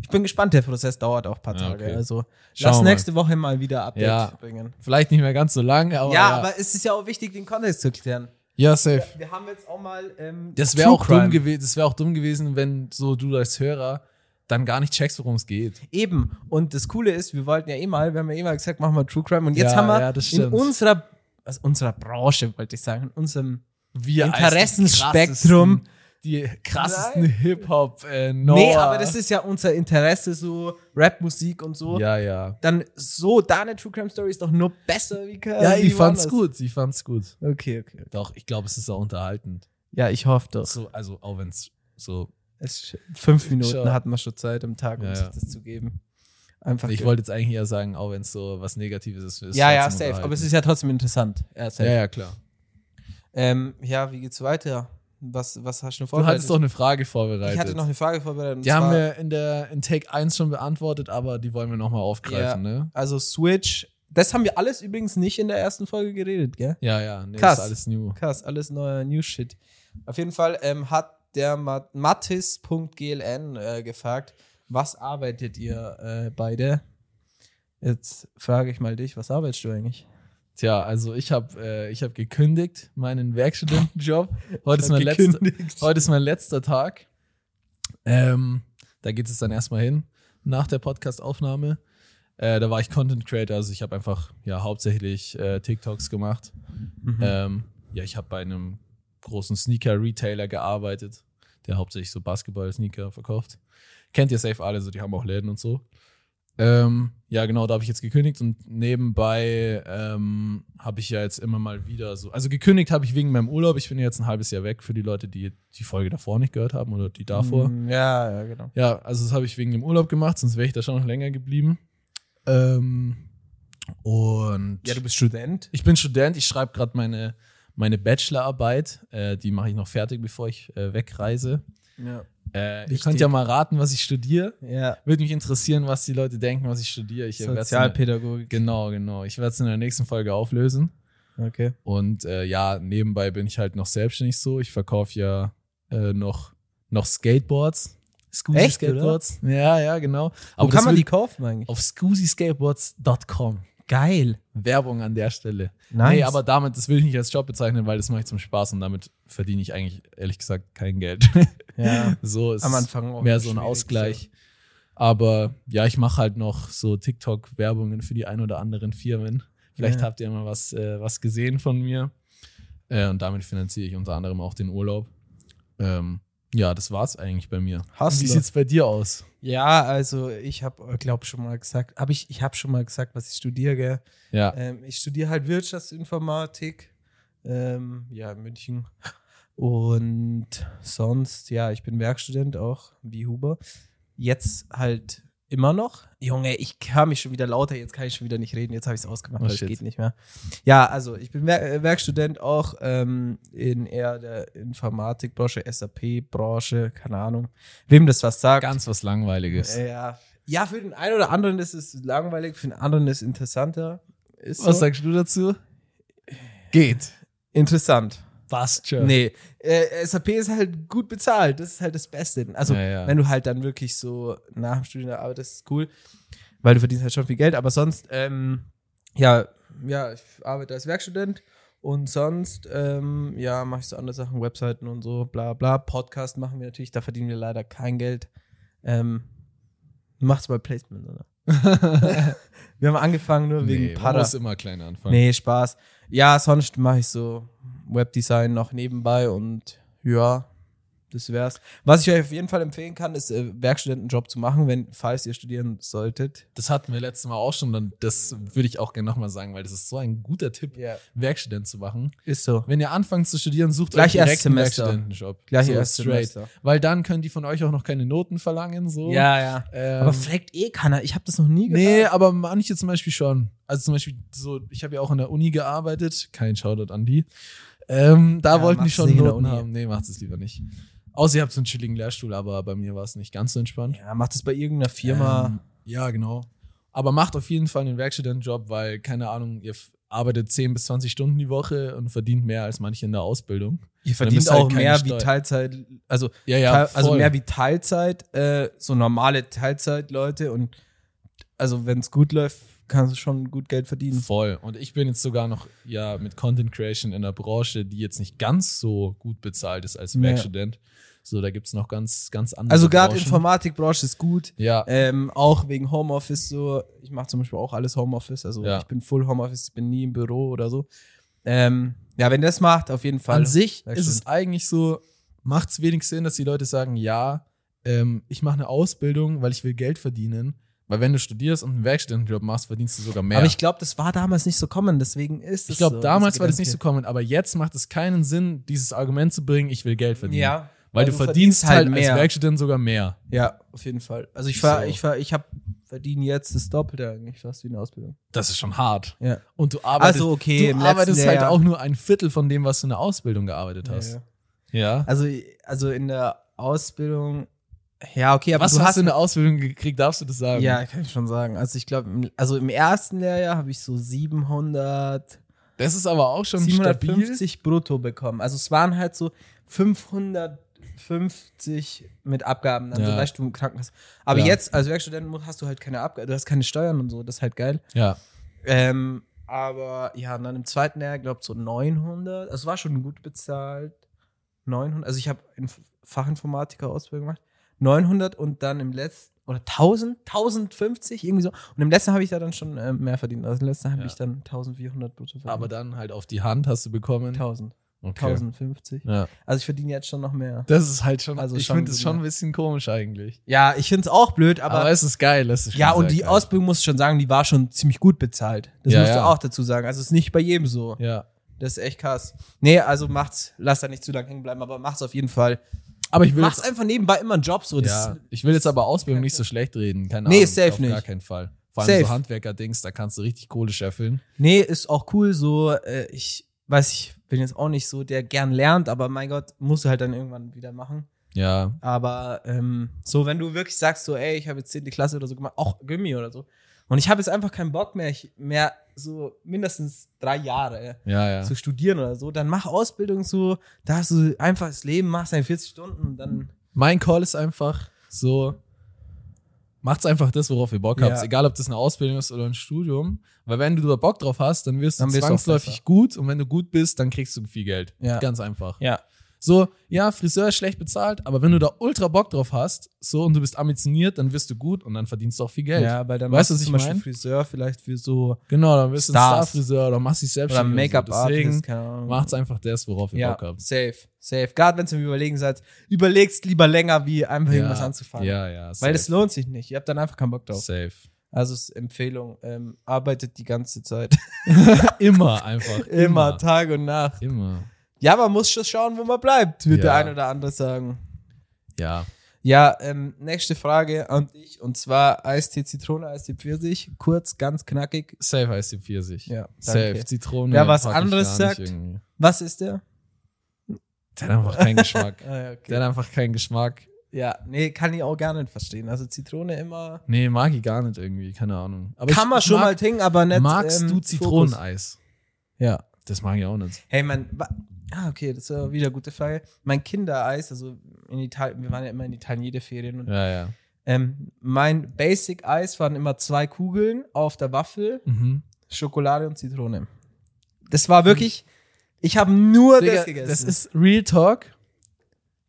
Speaker 2: Ich bin gespannt, der Prozess dauert auch ein paar
Speaker 1: Ja,
Speaker 2: Tage.
Speaker 1: okay.
Speaker 2: Also
Speaker 1: Schauen
Speaker 2: lass
Speaker 1: wir mal.
Speaker 2: nächste Woche mal wieder Update
Speaker 1: Ja.
Speaker 2: bringen.
Speaker 1: Oder? Vielleicht nicht mehr ganz so lang, aber
Speaker 2: ja,
Speaker 1: Oh, ja,
Speaker 2: aber es ist ja auch wichtig, den Kontext zu klären.
Speaker 1: Ja, safe.
Speaker 2: Wir haben jetzt auch mal. Ähm,
Speaker 1: Das wäre
Speaker 2: True
Speaker 1: auch,
Speaker 2: Crime.
Speaker 1: dumm gewe- das wär auch dumm gewesen, wenn so du als Hörer dann gar nicht checkst, worum es geht.
Speaker 2: Eben. Und das Coole ist, wir wollten ja eh mal, wir haben ja eh mal gesagt, machen wir True Crime. Und jetzt
Speaker 1: Ja,
Speaker 2: haben wir
Speaker 1: ja, das
Speaker 2: in
Speaker 1: stimmt.
Speaker 2: unserer, also unserer Branche, wollte ich sagen, in unserem
Speaker 1: Wir als die
Speaker 2: Interessenspektrum
Speaker 1: die krassesten Hip-Hop, äh, Noah.
Speaker 2: Nee, aber das ist ja unser Interesse, so Rap-Musik und so.
Speaker 1: Ja, ja.
Speaker 2: Dann so, da eine True Crime Story ist doch nur besser wie keine
Speaker 1: Ja,
Speaker 2: wie
Speaker 1: ich fand's
Speaker 2: woanders.
Speaker 1: gut, ich fand's gut.
Speaker 2: Okay, okay.
Speaker 1: Doch, ich glaube, es ist auch unterhaltend.
Speaker 2: Ja, ich hoffe doch.
Speaker 1: So, also, auch wenn's so.
Speaker 2: Es, fünf Minuten
Speaker 1: Schau.
Speaker 2: hatten wir schon Zeit am Tag, um
Speaker 1: Ja,
Speaker 2: sich
Speaker 1: ja.
Speaker 2: das zu geben. Einfach.
Speaker 1: Ich wollte jetzt eigentlich eher sagen, auch wenn's so was Negatives ist. ist
Speaker 2: ja, ja,
Speaker 1: trotzdem
Speaker 2: safe. Aber es
Speaker 1: unterhaltend.
Speaker 2: ist ja trotzdem interessant. Ja, safe.
Speaker 1: Ja, ja, klar.
Speaker 2: Ähm, ja, wie geht's weiter? Was, was hast du
Speaker 1: Du
Speaker 2: vorbereitet?
Speaker 1: hattest doch eine Frage vorbereitet.
Speaker 2: ich hatte noch eine Frage vorbereitet. und
Speaker 1: die haben
Speaker 2: zwar-
Speaker 1: wir in der in Take 1 schon beantwortet, aber die wollen wir nochmal aufgreifen, ne?
Speaker 2: also Switch. Das haben wir alles übrigens nicht in der ersten Folge geredet, gell?
Speaker 1: Ja, ja, nee,
Speaker 2: Krass.
Speaker 1: ist alles new.
Speaker 2: Krass, alles neuer New-Shit. Auf jeden Fall ähm, hat der Mat Mattis.gln äh, gefragt, was arbeitet ihr äh, beide? Jetzt frage ich mal dich, was arbeitest du eigentlich?
Speaker 1: Tja, also ich habe äh, ich hab gekündigt, meinen Werkstudentenjob. Heute ist, mein letzter,
Speaker 2: letztes.
Speaker 1: heute ist mein letzter Tag. Ähm, da geht es dann erstmal hin, nach der Podcast-Aufnahme. Äh, da war ich Content Creator, also ich habe einfach ja hauptsächlich äh, TikToks gemacht.
Speaker 2: Mhm. Hm.
Speaker 1: Ähm, ja, ich habe bei einem großen Sneaker-Retailer gearbeitet, der hauptsächlich so Basketball-Sneaker verkauft. Kennt ihr safe alle, so die haben auch Läden und so. Ähm, ja, genau, da habe ich jetzt gekündigt und nebenbei ähm, habe ich ja jetzt immer mal wieder so. Also gekündigt habe ich wegen meinem Urlaub. Ich bin ja jetzt ein halbes Jahr weg für die Leute, die die Folge davor nicht gehört haben oder die davor.
Speaker 2: Mm, Ja, ja, genau.
Speaker 1: Ja, also das habe ich wegen dem Urlaub gemacht, sonst wäre ich da schon noch länger geblieben. Ähm, und
Speaker 2: Ja, du bist Student.
Speaker 1: ich bin Student, ich schreibe gerade meine, meine Bachelorarbeit. Äh, die mache ich noch fertig, bevor ich äh, wegreise.
Speaker 2: Ja.
Speaker 1: Äh, ihr
Speaker 2: Wichtig.
Speaker 1: könnt ja mal raten, was ich studiere.
Speaker 2: ja.
Speaker 1: Würde mich interessieren, was die Leute denken, was ich studiere. Ich werd's in der-
Speaker 2: Sozialpädagogik.
Speaker 1: Genau, genau. Ich werde es in der nächsten Folge auflösen.
Speaker 2: Okay.
Speaker 1: Und äh, ja, nebenbei bin ich halt noch selbstständig so. Ich verkaufe ja äh, noch, noch Skateboards. Scoozy
Speaker 2: Echt,
Speaker 1: Skateboards. Ja, ja, genau.
Speaker 2: Wo
Speaker 1: das
Speaker 2: kann man
Speaker 1: wird
Speaker 2: die kaufen eigentlich?
Speaker 1: auf scoozyskateboards.com.
Speaker 2: Geil.
Speaker 1: Werbung an der Stelle.
Speaker 2: Nice.
Speaker 1: Nee, aber damit, das will ich nicht als Job bezeichnen, weil das mache ich zum Spaß und damit verdiene ich eigentlich, ehrlich gesagt, kein Geld.
Speaker 2: ja.
Speaker 1: so ist
Speaker 2: am Anfang auch
Speaker 1: mehr so ein
Speaker 2: schwierig,
Speaker 1: Ausgleich. Aber ja, ich mache halt noch so TikTok-Werbungen für die ein oder anderen Firmen. Vielleicht
Speaker 2: Ja.
Speaker 1: habt ihr mal was, äh, was gesehen von mir. Äh, und damit finanziere ich unter anderem auch den Urlaub. Ähm, ja, das war's eigentlich bei mir.
Speaker 2: Hustler.
Speaker 1: Wie sieht's bei dir aus?
Speaker 2: Ja, also ich habe, glaube schon mal gesagt, habe ich, ich habe schon mal gesagt, was ich studiere. Gell?
Speaker 1: Ja,
Speaker 2: Ähm, ich studiere halt Wirtschaftsinformatik, ähm, ja in München. Und sonst, ja, ich bin Werkstudent auch, wie Huber. Jetzt halt immer noch. Junge, ich höre mich schon wieder lauter, jetzt kann ich schon wieder nicht reden, jetzt habe ich es ausgemacht,
Speaker 1: Oh,
Speaker 2: das
Speaker 1: shit.
Speaker 2: geht nicht mehr. Ja, also ich bin Wer äh, Werkstudent auch ähm, in eher der Informatikbranche, SAP-Branche, keine Ahnung. Wem das was sagt.
Speaker 1: ganz was Langweiliges.
Speaker 2: Äh, Ja. ja, für den einen oder anderen ist es langweilig, für den anderen ist es interessanter. Ist
Speaker 1: Was
Speaker 2: so.
Speaker 1: sagst du dazu? Geht.
Speaker 2: Interessant.
Speaker 1: Passt
Speaker 2: Nee, äh, SAP ist halt gut bezahlt. Das ist halt das Beste. Also,
Speaker 1: Ja, ja.
Speaker 2: wenn du halt dann wirklich so nach dem Studium arbeitest, ist cool, weil du verdienst halt schon viel Geld. Aber sonst, ähm, ja, ja, ich arbeite als Werkstudent und sonst, ähm, ja, mache ich so andere Sachen, Webseiten und so, bla, bla. Podcast machen wir natürlich, da verdienen wir leider kein Geld. Ähm, mach's bei Placement, oder? wir haben angefangen nur wegen
Speaker 1: nee, man
Speaker 2: Para.
Speaker 1: muss immer klein anfangen.
Speaker 2: Nee, Spaß. Ja, sonst mache ich so Webdesign noch nebenbei und ja, das wär's. Was ich euch auf jeden Fall empfehlen kann, ist äh, Werkstudentenjob zu machen, wenn falls ihr studieren solltet.
Speaker 1: Das hatten wir letztes Mal auch schon und das würde ich auch gerne nochmal sagen, weil das ist so ein guter Tipp,
Speaker 2: Ja,
Speaker 1: Werkstudent zu machen.
Speaker 2: ist so.
Speaker 1: Wenn ihr anfangt zu studieren, sucht
Speaker 2: Gleich
Speaker 1: euch direkt
Speaker 2: erstes
Speaker 1: einen
Speaker 2: Semester.
Speaker 1: Werkstudentenjob.
Speaker 2: Gleich
Speaker 1: so
Speaker 2: erstes
Speaker 1: straight.
Speaker 2: Semester.
Speaker 1: Weil dann können die von euch auch noch keine Noten verlangen. So.
Speaker 2: ja.
Speaker 1: Ähm,
Speaker 2: Aber fragt eh keiner. Ich habe das noch nie gemacht.
Speaker 1: nee, aber manche zum Beispiel schon. Also zum Beispiel so, ich habe ja auch an der Uni gearbeitet. Kein Shoutout an die. Ähm, da
Speaker 2: Ja,
Speaker 1: wollten die
Speaker 2: macht's
Speaker 1: schon
Speaker 2: nicht in der
Speaker 1: Noten
Speaker 2: Uni.
Speaker 1: haben. Nee, macht es lieber nicht. Außer ihr habt so einen chilligen Lehrstuhl, aber bei mir war es nicht ganz so entspannt.
Speaker 2: Ja, macht das bei irgendeiner Firma.
Speaker 1: Ähm, ja, genau. Aber macht auf jeden Fall einen Werkstudentenjob, weil, keine Ahnung, ihr f- arbeitet 10 bis 20 Stunden die Woche und verdient mehr als manche in der Ausbildung.
Speaker 2: ihr
Speaker 1: müsst
Speaker 2: verdient
Speaker 1: ihr halt
Speaker 2: auch
Speaker 1: keine
Speaker 2: mehr
Speaker 1: Steuer-
Speaker 2: wie Teilzeit, also
Speaker 1: Ja,
Speaker 2: Teil, also mehr wie Teilzeit, äh, so normale Teilzeitleute und also wenn es gut läuft, kannst du schon gut Geld verdienen.
Speaker 1: Voll. Und ich bin jetzt sogar noch ja mit Content Creation in einer Branche, die jetzt nicht ganz so gut bezahlt ist als
Speaker 2: Ja.
Speaker 1: Werkstudent. So, da gibt es noch ganz, ganz andere.
Speaker 2: Also gerade
Speaker 1: Branchen.
Speaker 2: Informatikbranche ist gut.
Speaker 1: Ja,
Speaker 2: Ähm, auch wegen Homeoffice so. Ich mache zum Beispiel auch alles Homeoffice. Also
Speaker 1: Ja.
Speaker 2: ich bin full Homeoffice, ich bin nie im Büro oder so. Ähm, ja, wenn das macht, auf jeden Fall.
Speaker 1: an sich
Speaker 2: Ja,
Speaker 1: ist es eigentlich so, macht es wenig Sinn, dass die Leute sagen, ja, ähm, ich mache eine Ausbildung, weil ich will Geld verdienen. Weil wenn du studierst und einen Werkstudentenjob machst, verdienst du sogar mehr.
Speaker 2: Aber ich glaube, das war damals nicht so kommen, deswegen ist es
Speaker 1: Ich glaube,
Speaker 2: so,
Speaker 1: damals
Speaker 2: dieser
Speaker 1: war das nicht so
Speaker 2: Gedanke.
Speaker 1: kommen, aber jetzt macht es keinen Sinn, dieses Argument zu bringen, ich will Geld verdienen.
Speaker 2: Ja.
Speaker 1: Weil, du, verdienst, halt als
Speaker 2: mehr.
Speaker 1: Werkstudent sogar mehr.
Speaker 2: Ja, auf jeden Fall. Also ich ver,
Speaker 1: So.
Speaker 2: ich ver, ich habe verdiene jetzt das Doppelte eigentlich fast wie eine Ausbildung.
Speaker 1: Das ist schon hart.
Speaker 2: Ja.
Speaker 1: Und du arbeitest,
Speaker 2: also okay,
Speaker 1: du
Speaker 2: im
Speaker 1: arbeitest
Speaker 2: letzten
Speaker 1: halt
Speaker 2: Jahr-
Speaker 1: auch nur ein Viertel von dem, was du in der Ausbildung gearbeitet
Speaker 2: Ja,
Speaker 1: hast.
Speaker 2: ja.
Speaker 1: Ja.
Speaker 2: Also also in der Ausbildung ja, okay, aber
Speaker 1: Was
Speaker 2: du
Speaker 1: hast
Speaker 2: hast
Speaker 1: du in der Ausbildung gekriegt? Darfst du das sagen?
Speaker 2: Ja, kann ich schon sagen. Also ich glaube, also im ersten Lehrjahr habe ich so 700,
Speaker 1: Das ist aber auch schon stabil.
Speaker 2: 750 brutto bekommen. Also es waren halt so 550 mit Abgaben, dann
Speaker 1: Ja.
Speaker 2: so drei Stunden Krankenkasse. Aber
Speaker 1: Ja.
Speaker 2: jetzt als Werkstudent musst- hast du halt keine Abgaben, du hast keine Steuern und so, das ist halt geil.
Speaker 1: Ja.
Speaker 2: Ähm, aber ja, und dann im zweiten Jahr, glaube ich, so 900. Also es war schon gut bezahlt. 900, also ich habe Fachinformatiker Ausbildung gemacht. 900 und dann im letzten, oder 1000, 1050, irgendwie so. Und im letzten habe ich da dann schon äh, mehr verdient. Also im letzten habe
Speaker 1: Ja.
Speaker 2: ich dann 1400 brutto verdient.
Speaker 1: Aber dann halt auf die Hand hast du bekommen.
Speaker 2: 1000,
Speaker 1: Okay.
Speaker 2: 1050.
Speaker 1: Ja.
Speaker 2: Also ich verdiene jetzt schon noch mehr.
Speaker 1: Das ist halt schon,
Speaker 2: Also
Speaker 1: ich
Speaker 2: schon
Speaker 1: finde das
Speaker 2: gut,
Speaker 1: schon
Speaker 2: ne?
Speaker 1: ein bisschen komisch eigentlich.
Speaker 2: Ja, ich finde es auch blöd, aber.
Speaker 1: Aber, es ist geil. Es ist schon
Speaker 2: ja, und
Speaker 1: sehr
Speaker 2: die
Speaker 1: geil.
Speaker 2: Ausbildung muss ich schon sagen, die war schon ziemlich gut bezahlt. Das
Speaker 1: Ja,
Speaker 2: musst du
Speaker 1: ja.
Speaker 2: auch dazu sagen. Also es ist nicht bei jedem so.
Speaker 1: Ja.
Speaker 2: Das ist echt krass. Nee, also macht's, lasst da nicht zu lang hängen bleiben, aber macht's auf jeden Fall.
Speaker 1: Aber ich will
Speaker 2: Macht's
Speaker 1: jetzt,
Speaker 2: einfach nebenbei immer einen Job so. Das,
Speaker 1: ja, ich will jetzt aber Ausbildung nicht so schlecht reden. Keine
Speaker 2: Nee,
Speaker 1: Ahnung.
Speaker 2: safe
Speaker 1: auf Gar
Speaker 2: nicht.
Speaker 1: keinen Fall. Vor allem
Speaker 2: Safe.
Speaker 1: so Handwerker-Dings, da kannst du richtig Kohle scheffeln.
Speaker 2: Nee, ist auch cool so. Äh, ich weiß, ich bin jetzt auch nicht so, der gern lernt, aber mein Gott, musst du halt dann irgendwann wieder machen.
Speaker 1: Ja.
Speaker 2: Aber ähm, so, wenn du wirklich sagst, so, ey, ich habe jetzt 10. Klasse oder so gemacht, auch Gimmi oder so. Und ich habe jetzt einfach keinen Bock mehr, ich, mehr so mindestens drei Jahre äh,
Speaker 1: Ja, ja.
Speaker 2: zu studieren oder so, dann mach Ausbildung so, da hast du einfaches Leben, machst deine 40 Stunden und dann.
Speaker 1: Mein Call ist einfach so, macht's einfach das, worauf ihr Bock
Speaker 2: Ja.
Speaker 1: habt. Egal, ob das eine Ausbildung ist oder ein Studium. Weil wenn du da Bock drauf hast, dann wirst du
Speaker 2: Dann wirst du auch
Speaker 1: zwangsläufig
Speaker 2: besser.
Speaker 1: gut. Und wenn du gut bist, dann kriegst du viel Geld.
Speaker 2: Ja.
Speaker 1: Ganz einfach.
Speaker 2: Ja,
Speaker 1: So, ja, Friseur ist schlecht bezahlt, aber wenn du da ultra Bock drauf hast, so, und du bist ambitioniert, dann wirst du gut und dann verdienst du auch viel Geld.
Speaker 2: Ja, weil dann
Speaker 1: Weißt
Speaker 2: weißt
Speaker 1: du,
Speaker 2: du,
Speaker 1: was ich
Speaker 2: zum Beispiel
Speaker 1: mein?
Speaker 2: Friseur vielleicht für so
Speaker 1: Genau, dann wirst du ein
Speaker 2: Stars.
Speaker 1: Star-Friseur oder machst dich selbst
Speaker 2: oder
Speaker 1: Deswegen
Speaker 2: Make-up-Artist, keine Ahnung.
Speaker 1: macht's einfach das, worauf ihr
Speaker 2: ja,
Speaker 1: Bock habt.
Speaker 2: safe, safe. Gerade wenn ihr im Überlegen seid, überlegst lieber länger, wie einfach irgendwas anzufangen.
Speaker 1: Ja, ja.
Speaker 2: Weil das lohnt sich nicht. Ihr habt dann einfach keinen Bock drauf.
Speaker 1: safe.
Speaker 2: Also ist Empfehlung, ähm, arbeitet die ganze Zeit.
Speaker 1: Immer einfach.
Speaker 2: Immer,
Speaker 1: Immer.
Speaker 2: Tag und Nacht.
Speaker 1: Immer.
Speaker 2: Ja, man muss schon schauen, wo man bleibt, wird
Speaker 1: Ja.
Speaker 2: der ein oder andere sagen.
Speaker 1: Ja.
Speaker 2: Ja, ähm, nächste Frage an dich. Und zwar Eistee Zitrone, Eistee Pfirsich. Kurz, ganz knackig.
Speaker 1: Safe heißt die Pfirsich.
Speaker 2: Ja,
Speaker 1: Safe.
Speaker 2: danke.
Speaker 1: Zitrone.
Speaker 2: Wer was
Speaker 1: pack ich
Speaker 2: anderes
Speaker 1: gar nicht
Speaker 2: sagt?
Speaker 1: irgendwie.
Speaker 2: Was ist der?
Speaker 1: Der hat einfach keinen Geschmack.
Speaker 2: Ah, ja, okay.
Speaker 1: Der hat einfach keinen Geschmack.
Speaker 2: Ja, nee, kann ich auch gar nicht verstehen. Also Zitrone immer.
Speaker 1: Nee, mag ich gar nicht irgendwie. Keine Ahnung. Aber
Speaker 2: kann
Speaker 1: ich-
Speaker 2: man
Speaker 1: ich
Speaker 2: schon
Speaker 1: mag-
Speaker 2: mal trinken, aber nicht.
Speaker 1: Magst
Speaker 2: ähm,
Speaker 1: du
Speaker 2: Fokus.
Speaker 1: Zitroneneis?
Speaker 2: Ja.
Speaker 1: Das mag ich auch nicht.
Speaker 2: Hey, mein. wa- Ah, okay, das war wieder eine gute Frage. Mein Kindereis, also in Italien, wir waren ja immer in Italien jede Ferien. Und,
Speaker 1: Ja, ja.
Speaker 2: ähm, mein Basic Eis waren immer zwei Kugeln auf der Waffel,
Speaker 1: Mhm.
Speaker 2: Schokolade und Zitrone. Das war wirklich. Ich habe nur
Speaker 1: Digga,
Speaker 2: das gegessen.
Speaker 1: das ist Real Talk.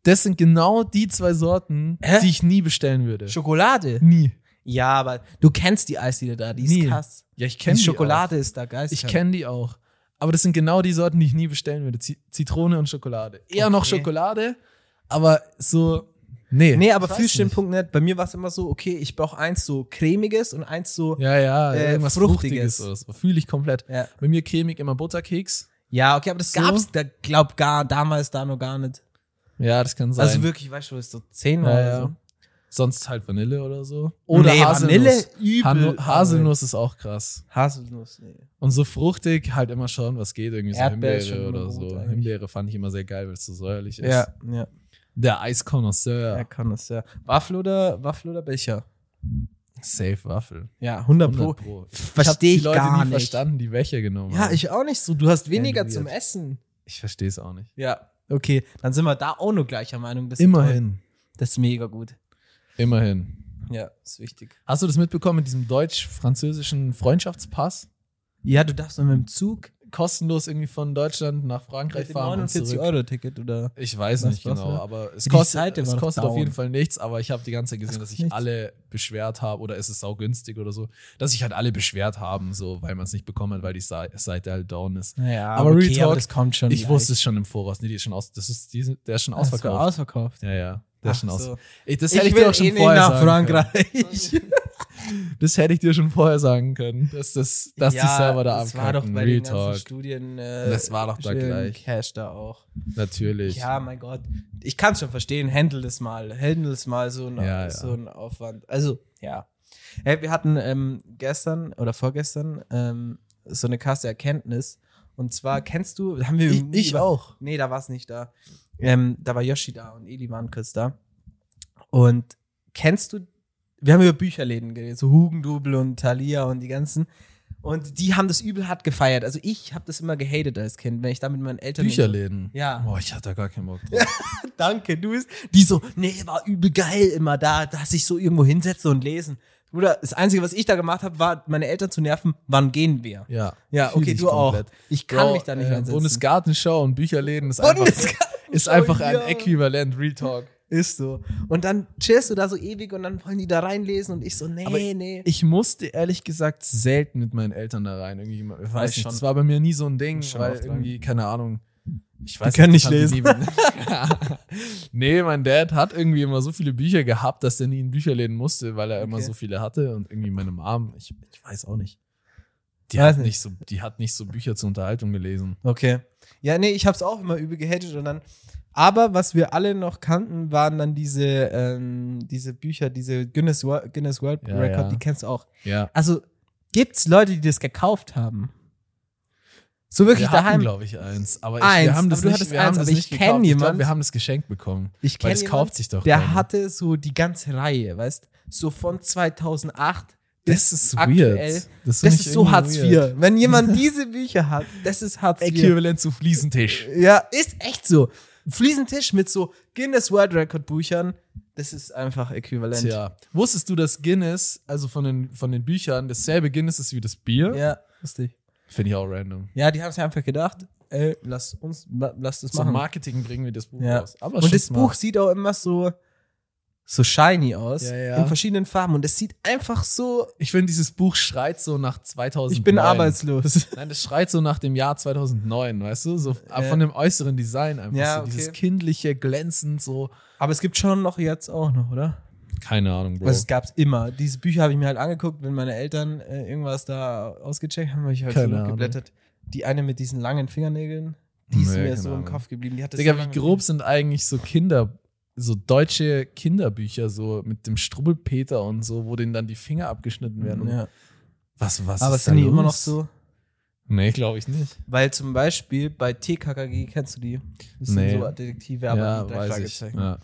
Speaker 1: Das sind genau die zwei Sorten,
Speaker 2: Hä?
Speaker 1: die ich nie bestellen würde.
Speaker 2: Schokolade.
Speaker 1: nie.
Speaker 2: Ja, aber du kennst die Eisdiele da, die ist
Speaker 1: Nee.
Speaker 2: krass.
Speaker 1: Ja, ich kenne
Speaker 2: Die
Speaker 1: die.
Speaker 2: Schokolade ist da
Speaker 1: Auch.
Speaker 2: geil.
Speaker 1: Ich kenne die auch. Aber das sind genau die Sorten, die ich nie bestellen würde. Zi- Zitrone und Schokolade. Eher noch
Speaker 2: Okay.
Speaker 1: Schokolade, aber so. Nee.
Speaker 2: Nee, aber
Speaker 1: Ich weiß
Speaker 2: fühlst du den
Speaker 1: nicht.
Speaker 2: Punkt nicht. Bei mir war es immer so, okay, ich brauche eins so cremiges und eins so. Ja.
Speaker 1: Ja, ja,
Speaker 2: Äh,
Speaker 1: irgendwas Fruchtiges.
Speaker 2: Fruchtiges.
Speaker 1: oder so. Fühle ich komplett.
Speaker 2: Ja.
Speaker 1: Bei mir cremig immer Butterkeks.
Speaker 2: okay, aber das
Speaker 1: So?
Speaker 2: gab's, da glaub gar, damals da noch gar nicht.
Speaker 1: Ja, das kann sein.
Speaker 2: Also wirklich, weißt du, das ist so 10
Speaker 1: Ja,
Speaker 2: oder
Speaker 1: ja.
Speaker 2: so.
Speaker 1: Sonst halt Vanille oder so.
Speaker 2: Oder
Speaker 1: Oder
Speaker 2: nee,
Speaker 1: Haselnuss.
Speaker 2: Vanille, übel.
Speaker 1: Hanu- Haselnuss ist auch krass.
Speaker 2: Haselnuss, nee.
Speaker 1: Und so fruchtig halt immer schauen, was geht. Irgendwie so
Speaker 2: Erdbeer ist
Speaker 1: Himbeere
Speaker 2: schon
Speaker 1: oder
Speaker 2: immer gut
Speaker 1: so.
Speaker 2: eigentlich.
Speaker 1: Himbeere fand ich immer sehr geil, weil es so säuerlich ist.
Speaker 2: Ja, ja,
Speaker 1: Der Eiskonnoisseur.
Speaker 2: er kann es, ja. Waffel oder, Waffel oder Becher?
Speaker 1: Safe Waffel.
Speaker 2: Ja, 100 Pro.
Speaker 1: 100 Pro.
Speaker 2: Verstehe
Speaker 1: ich
Speaker 2: ich,
Speaker 1: hab die Leute
Speaker 2: gar
Speaker 1: nie
Speaker 2: nicht.
Speaker 1: verstanden, die welche genommen
Speaker 2: Ja,
Speaker 1: haben.
Speaker 2: ich auch nicht so. Du hast weniger
Speaker 1: weird.
Speaker 2: zum Essen.
Speaker 1: Ich verstehe es auch nicht.
Speaker 2: Ja, okay. Dann sind wir da auch nur gleicher Meinung. Das ist
Speaker 1: Immerhin.
Speaker 2: toll. Das ist mega gut.
Speaker 1: Immerhin.
Speaker 2: Ja, ist wichtig.
Speaker 1: Hast du das mitbekommen mit diesem deutsch-französischen Freundschaftspass?
Speaker 2: Ja, du darfst nur mit dem Zug
Speaker 1: kostenlos irgendwie von Deutschland nach Frankreich
Speaker 2: Mit dem
Speaker 1: fahren und
Speaker 2: 49
Speaker 1: zurück.
Speaker 2: Euro Ticket oder
Speaker 1: Ich weiß
Speaker 2: Was
Speaker 1: nicht
Speaker 2: war's,
Speaker 1: genau,
Speaker 2: oder?
Speaker 1: aber es
Speaker 2: Die
Speaker 1: kostet,
Speaker 2: Seite war
Speaker 1: es
Speaker 2: doch
Speaker 1: kostet auf
Speaker 2: down.
Speaker 1: jeden Fall nichts, aber ich habe die ganze Zeit gesehen, dass
Speaker 2: kostet
Speaker 1: sich
Speaker 2: nichts.
Speaker 1: alle beschwert haben oder ist es saugünstig oder so, dass sich halt alle beschwert haben, so weil man es nicht bekommen hat, weil die Se- Seite halt down ist.
Speaker 2: naja,
Speaker 1: aber Real Talk,
Speaker 2: das kommt schon. Ah,
Speaker 1: Ich wusste es schon im Voraus, nee, die ist schon aus, das ist, die, sind- der ist schon ausverkauft.
Speaker 2: ausverkauft.
Speaker 1: Ja, ja, der ist schon
Speaker 2: Ach
Speaker 1: aus.
Speaker 2: so.
Speaker 1: Ich, das
Speaker 2: Ich
Speaker 1: hätte ich,
Speaker 2: will
Speaker 1: dir auch schon
Speaker 2: eh nicht
Speaker 1: vorher
Speaker 2: nach
Speaker 1: sagen
Speaker 2: Frankreich.
Speaker 1: können. Das hätte ich dir schon vorher sagen können, dass das, dass die Server da
Speaker 2: Das war doch
Speaker 1: abkacken.
Speaker 2: bei
Speaker 1: Real
Speaker 2: den ganzen
Speaker 1: Talk,
Speaker 2: Studien. Äh,
Speaker 1: Das war doch da
Speaker 2: schön
Speaker 1: gleich.
Speaker 2: Cash da auch.
Speaker 1: natürlich.
Speaker 2: Ja, mein Gott. Ich kann es schon verstehen. Handle das mal. Handle das mal so ein,
Speaker 1: Ja, ja.
Speaker 2: so ein Aufwand. Also, ja. Hey, wir hatten ähm, gestern oder vorgestern ähm, so eine krasse Erkenntnis. Und zwar kennst du, haben wir
Speaker 1: Ich,
Speaker 2: nie
Speaker 1: ich
Speaker 2: über-
Speaker 1: auch.
Speaker 2: Nee, da war es nicht da. Ähm, da war Yoshi da und Eli waren kurz da. Und kennst du, wir haben über Bücherläden geredet, so Hugendubel und Thalia und die ganzen. Und die haben das übel hart gefeiert. Also ich habe das immer gehatet als Kind, wenn ich da mit meinen Eltern.
Speaker 1: Bücherläden.
Speaker 2: Ja.
Speaker 1: Boah, ich hatte da gar keinen Bock drauf.
Speaker 2: Danke, du bist. Die so, nee, war übel geil immer da, dass ich so irgendwo hinsetze und lesen. Bruder, das Einzige, was ich da gemacht habe, war, meine Eltern zu nerven, wann gehen wir?
Speaker 1: Ja.
Speaker 2: Ja,
Speaker 1: Fühl
Speaker 2: okay,
Speaker 1: ich
Speaker 2: du auch.
Speaker 1: komplett.
Speaker 2: Ich kann
Speaker 1: Bro,
Speaker 2: mich da nicht
Speaker 1: äh,
Speaker 2: reinsetzen.
Speaker 1: Bundesgartenschau und Bücherläden ist einfach,
Speaker 2: Bundesgarten-
Speaker 1: ist einfach ein
Speaker 2: Ja.
Speaker 1: Äquivalent, Real Talk.
Speaker 2: Ist so. Und dann chillst du da so ewig und dann wollen die da reinlesen und ich so, nee,
Speaker 1: Aber
Speaker 2: nee.
Speaker 1: Ich musste ehrlich gesagt selten mit meinen Eltern da rein. Irgendwie, ich weiß,
Speaker 2: Weiß
Speaker 1: nicht,
Speaker 2: schon.
Speaker 1: das war bei mir nie so ein Ding,
Speaker 2: Muss schon
Speaker 1: weil
Speaker 2: auftragen.
Speaker 1: irgendwie, keine Ahnung. Ich
Speaker 2: können
Speaker 1: das
Speaker 2: nicht
Speaker 1: haben die nie- nee, mein Dad hat irgendwie immer so viele Bücher gehabt, dass er nie in Bücherläden musste, weil er immer
Speaker 2: Okay.
Speaker 1: so viele hatte und irgendwie meine Mom, ich, ich weiß auch nicht. Die
Speaker 2: Weiß
Speaker 1: hat
Speaker 2: nicht.
Speaker 1: nicht. so, die hat nicht so Bücher zur Unterhaltung gelesen.
Speaker 2: Okay. Ja, nee, ich hab's auch immer übel gehatet und dann. Aber was wir alle noch kannten, waren dann diese, ähm, diese Bücher, diese Guinness, Wor Guinness World
Speaker 1: Ja,
Speaker 2: Record,
Speaker 1: ja.
Speaker 2: die kennst du auch.
Speaker 1: Ja.
Speaker 2: Also, gibt's Leute, die das gekauft haben? So wirklich
Speaker 1: wir
Speaker 2: daheim.
Speaker 1: glaube ich, eins, aber ich,
Speaker 2: Eins,
Speaker 1: wir haben das
Speaker 2: aber du
Speaker 1: nicht,
Speaker 2: hattest
Speaker 1: wir haben
Speaker 2: eins,
Speaker 1: das
Speaker 2: aber ich
Speaker 1: nicht
Speaker 2: kenn
Speaker 1: gekauft. Ich glaub,
Speaker 2: jemanden-
Speaker 1: wir haben das geschenkt bekommen.
Speaker 2: ich
Speaker 1: Weil
Speaker 2: kenn
Speaker 1: das
Speaker 2: jemanden,
Speaker 1: kauft sich doch
Speaker 2: Der
Speaker 1: keiner.
Speaker 2: hatte so die ganze Reihe, weißt So von 2008 bis
Speaker 1: Das ist
Speaker 2: aktuell.
Speaker 1: weird. Das,
Speaker 2: Das
Speaker 1: find ich
Speaker 2: ist so
Speaker 1: irgendwie
Speaker 2: Hartz
Speaker 1: weird.
Speaker 2: IV. Wenn jemand diese Bücher hat, das ist Hartz IV.
Speaker 1: Äquivalent zu Fliesentisch.
Speaker 2: Ja, ist echt so. Fliesentisch mit so Guinness World Record Büchern, das ist einfach äquivalent.
Speaker 1: Tja. Wusstest du, dass Guinness, also von den, von den Büchern, dasselbe Guinness ist wie das Bier?
Speaker 2: ja, lustig.
Speaker 1: Finde ich auch random.
Speaker 2: Ja, die haben sich einfach gedacht, ey, lass uns, la- lass das
Speaker 1: Zum
Speaker 2: machen.
Speaker 1: Marketing bringen wir das Buch
Speaker 2: Ja.
Speaker 1: raus. Aber
Speaker 2: Und das
Speaker 1: schieß mal.
Speaker 2: Buch sieht auch immer so, so shiny aus,
Speaker 1: Ja, ja.
Speaker 2: in verschiedenen Farben. Und es sieht einfach so,
Speaker 1: Ich finde, dieses Buch schreit so nach 2009.
Speaker 2: ich bin arbeitslos.
Speaker 1: Nein, das schreit so nach dem Jahr 2009, weißt du? So äh,
Speaker 2: Ja.
Speaker 1: Von dem äußeren Design einfach.
Speaker 2: Ja,
Speaker 1: so
Speaker 2: okay.
Speaker 1: Dieses kindliche, glänzend, so.
Speaker 2: Aber es gibt schon noch jetzt auch noch, oder?
Speaker 1: Keine Ahnung, Bro.
Speaker 2: Also es gab's immer. Diese Bücher habe ich mir halt angeguckt, wenn meine Eltern äh, irgendwas da ausgecheckt haben, habe ich halt so
Speaker 1: Keine Ahnung.
Speaker 2: geblättert. Die eine mit diesen langen Fingernägeln, die ist
Speaker 1: Nee,
Speaker 2: mir
Speaker 1: keine
Speaker 2: so im
Speaker 1: Ahnung.
Speaker 2: Kopf geblieben. Die hat das
Speaker 1: Digga,
Speaker 2: so lange
Speaker 1: wie grob sind eigentlich so Kinder, so deutsche Kinderbücher, so mit dem Strubbelpeter und so, wo denen dann die Finger abgeschnitten werden.
Speaker 2: geblieben.
Speaker 1: und
Speaker 2: Ja.
Speaker 1: Was, was
Speaker 2: Aber
Speaker 1: ist
Speaker 2: sind
Speaker 1: da
Speaker 2: die immer
Speaker 1: los?
Speaker 2: noch so?
Speaker 1: Nee, glaube ich nicht.
Speaker 2: Weil zum Beispiel bei TKKG, kennst du die? Das sind
Speaker 1: Nee.
Speaker 2: so Detektive, aber
Speaker 1: ja,
Speaker 2: mit drei
Speaker 1: weiß ich.
Speaker 2: Fragezeichen.
Speaker 1: Ja.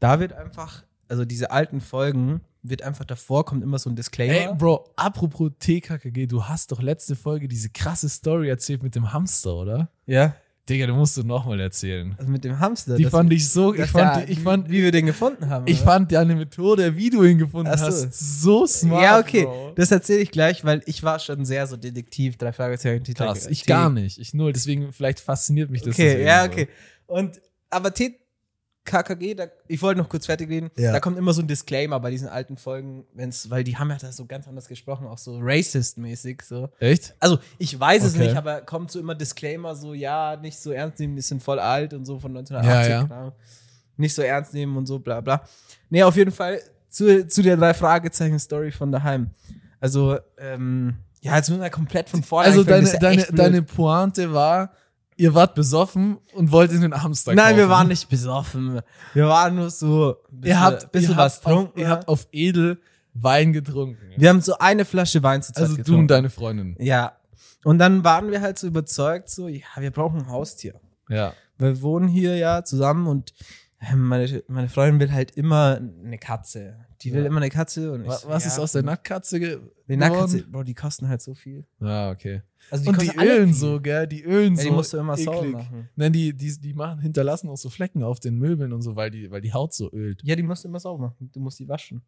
Speaker 2: Da wird einfach, also diese alten Folgen, wird einfach davor, kommt immer so ein Disclaimer.
Speaker 1: Ey, Bro, apropos TKKG, du hast doch letzte Folge diese krasse Story erzählt mit dem Hamster, oder?
Speaker 2: Ja,
Speaker 1: Digga, du musst du nochmal erzählen.
Speaker 2: also mit dem Hamster.
Speaker 1: Die
Speaker 2: dass
Speaker 1: fand
Speaker 2: wir-
Speaker 1: ich so, ich
Speaker 2: dass
Speaker 1: fand,
Speaker 2: der-
Speaker 1: die, ich fand,
Speaker 2: wie wir den gefunden haben.
Speaker 1: ich
Speaker 2: oder?
Speaker 1: fand deine Methode, wie du ihn gefunden
Speaker 2: Ach so.
Speaker 1: hast, so smart.
Speaker 2: ja, okay.
Speaker 1: Bro.
Speaker 2: Das erzähle ich gleich, weil ich war schon sehr so detektiv, drei Fragezeichen, Titel.
Speaker 1: Krass, ich gar nicht. Ich null, deswegen vielleicht fasziniert mich das.
Speaker 2: Okay,
Speaker 1: deswegen
Speaker 2: ja,
Speaker 1: so.
Speaker 2: okay. Und, aber T KKG, da, ich wollte noch kurz fertig reden,
Speaker 1: Ja.
Speaker 2: da kommt immer so ein Disclaimer bei diesen alten Folgen, wenn's, weil die haben ja da so ganz anders gesprochen, auch so racist-mäßig so.
Speaker 1: Echt?
Speaker 2: Also, ich weiß es
Speaker 1: Okay.
Speaker 2: nicht, aber kommt so immer Disclaimer, so, ja, nicht so ernst nehmen, die sind voll alt und so von 1980.
Speaker 1: Ja, ja.
Speaker 2: keine Ahnung. Nicht so ernst nehmen und so, bla, bla. Nee, auf jeden Fall zu, zu der drei Fragezeichen-Story von daheim. Also, ähm, ja, jetzt müssen wir komplett von vorne
Speaker 1: Also
Speaker 2: anfangen,
Speaker 1: deine,
Speaker 2: das ist ja
Speaker 1: deine,
Speaker 2: echt blöd.
Speaker 1: deine Pointe war, ihr wart besoffen und wollt in den Hamster
Speaker 2: Nein, wir
Speaker 1: kaufen.
Speaker 2: waren nicht besoffen. Wir waren nur so, ein bisschen,
Speaker 1: Ihr habt,
Speaker 2: bisschen
Speaker 1: ihr
Speaker 2: was
Speaker 1: habt
Speaker 2: getrunken.
Speaker 1: Auf, ihr habt auf Edel Wein getrunken.
Speaker 2: wir haben so eine Flasche Wein zu zweit
Speaker 1: also du
Speaker 2: getrunken.
Speaker 1: und deine Freundin.
Speaker 2: Ja. Und dann waren wir halt so überzeugt, so, ja, wir brauchen ein Haustier.
Speaker 1: Ja.
Speaker 2: wir wohnen hier ja zusammen und ähm, meine, meine Freundin will halt immer eine Katze. Die will
Speaker 1: Ja.
Speaker 2: immer eine Katze und ich
Speaker 1: Was,
Speaker 2: so,
Speaker 1: was
Speaker 2: ja,
Speaker 1: ist aus der Nacktkatze ge
Speaker 2: Die
Speaker 1: geworden?
Speaker 2: Nacktkatze, Bro, die kosten halt so viel.
Speaker 1: Ja, okay.
Speaker 2: Also
Speaker 1: und die
Speaker 2: kosten alle
Speaker 1: ölen
Speaker 2: viel.
Speaker 1: so, gell? Die ölen
Speaker 2: Ja,
Speaker 1: so.
Speaker 2: die musst du immer sauber
Speaker 1: eklig.
Speaker 2: machen.
Speaker 1: Nein, die, die, die machen, hinterlassen auch so Flecken auf den Möbeln und so, weil die, weil die Haut so ölt.
Speaker 2: Ja, die musst du immer sauber machen. Du musst die waschen.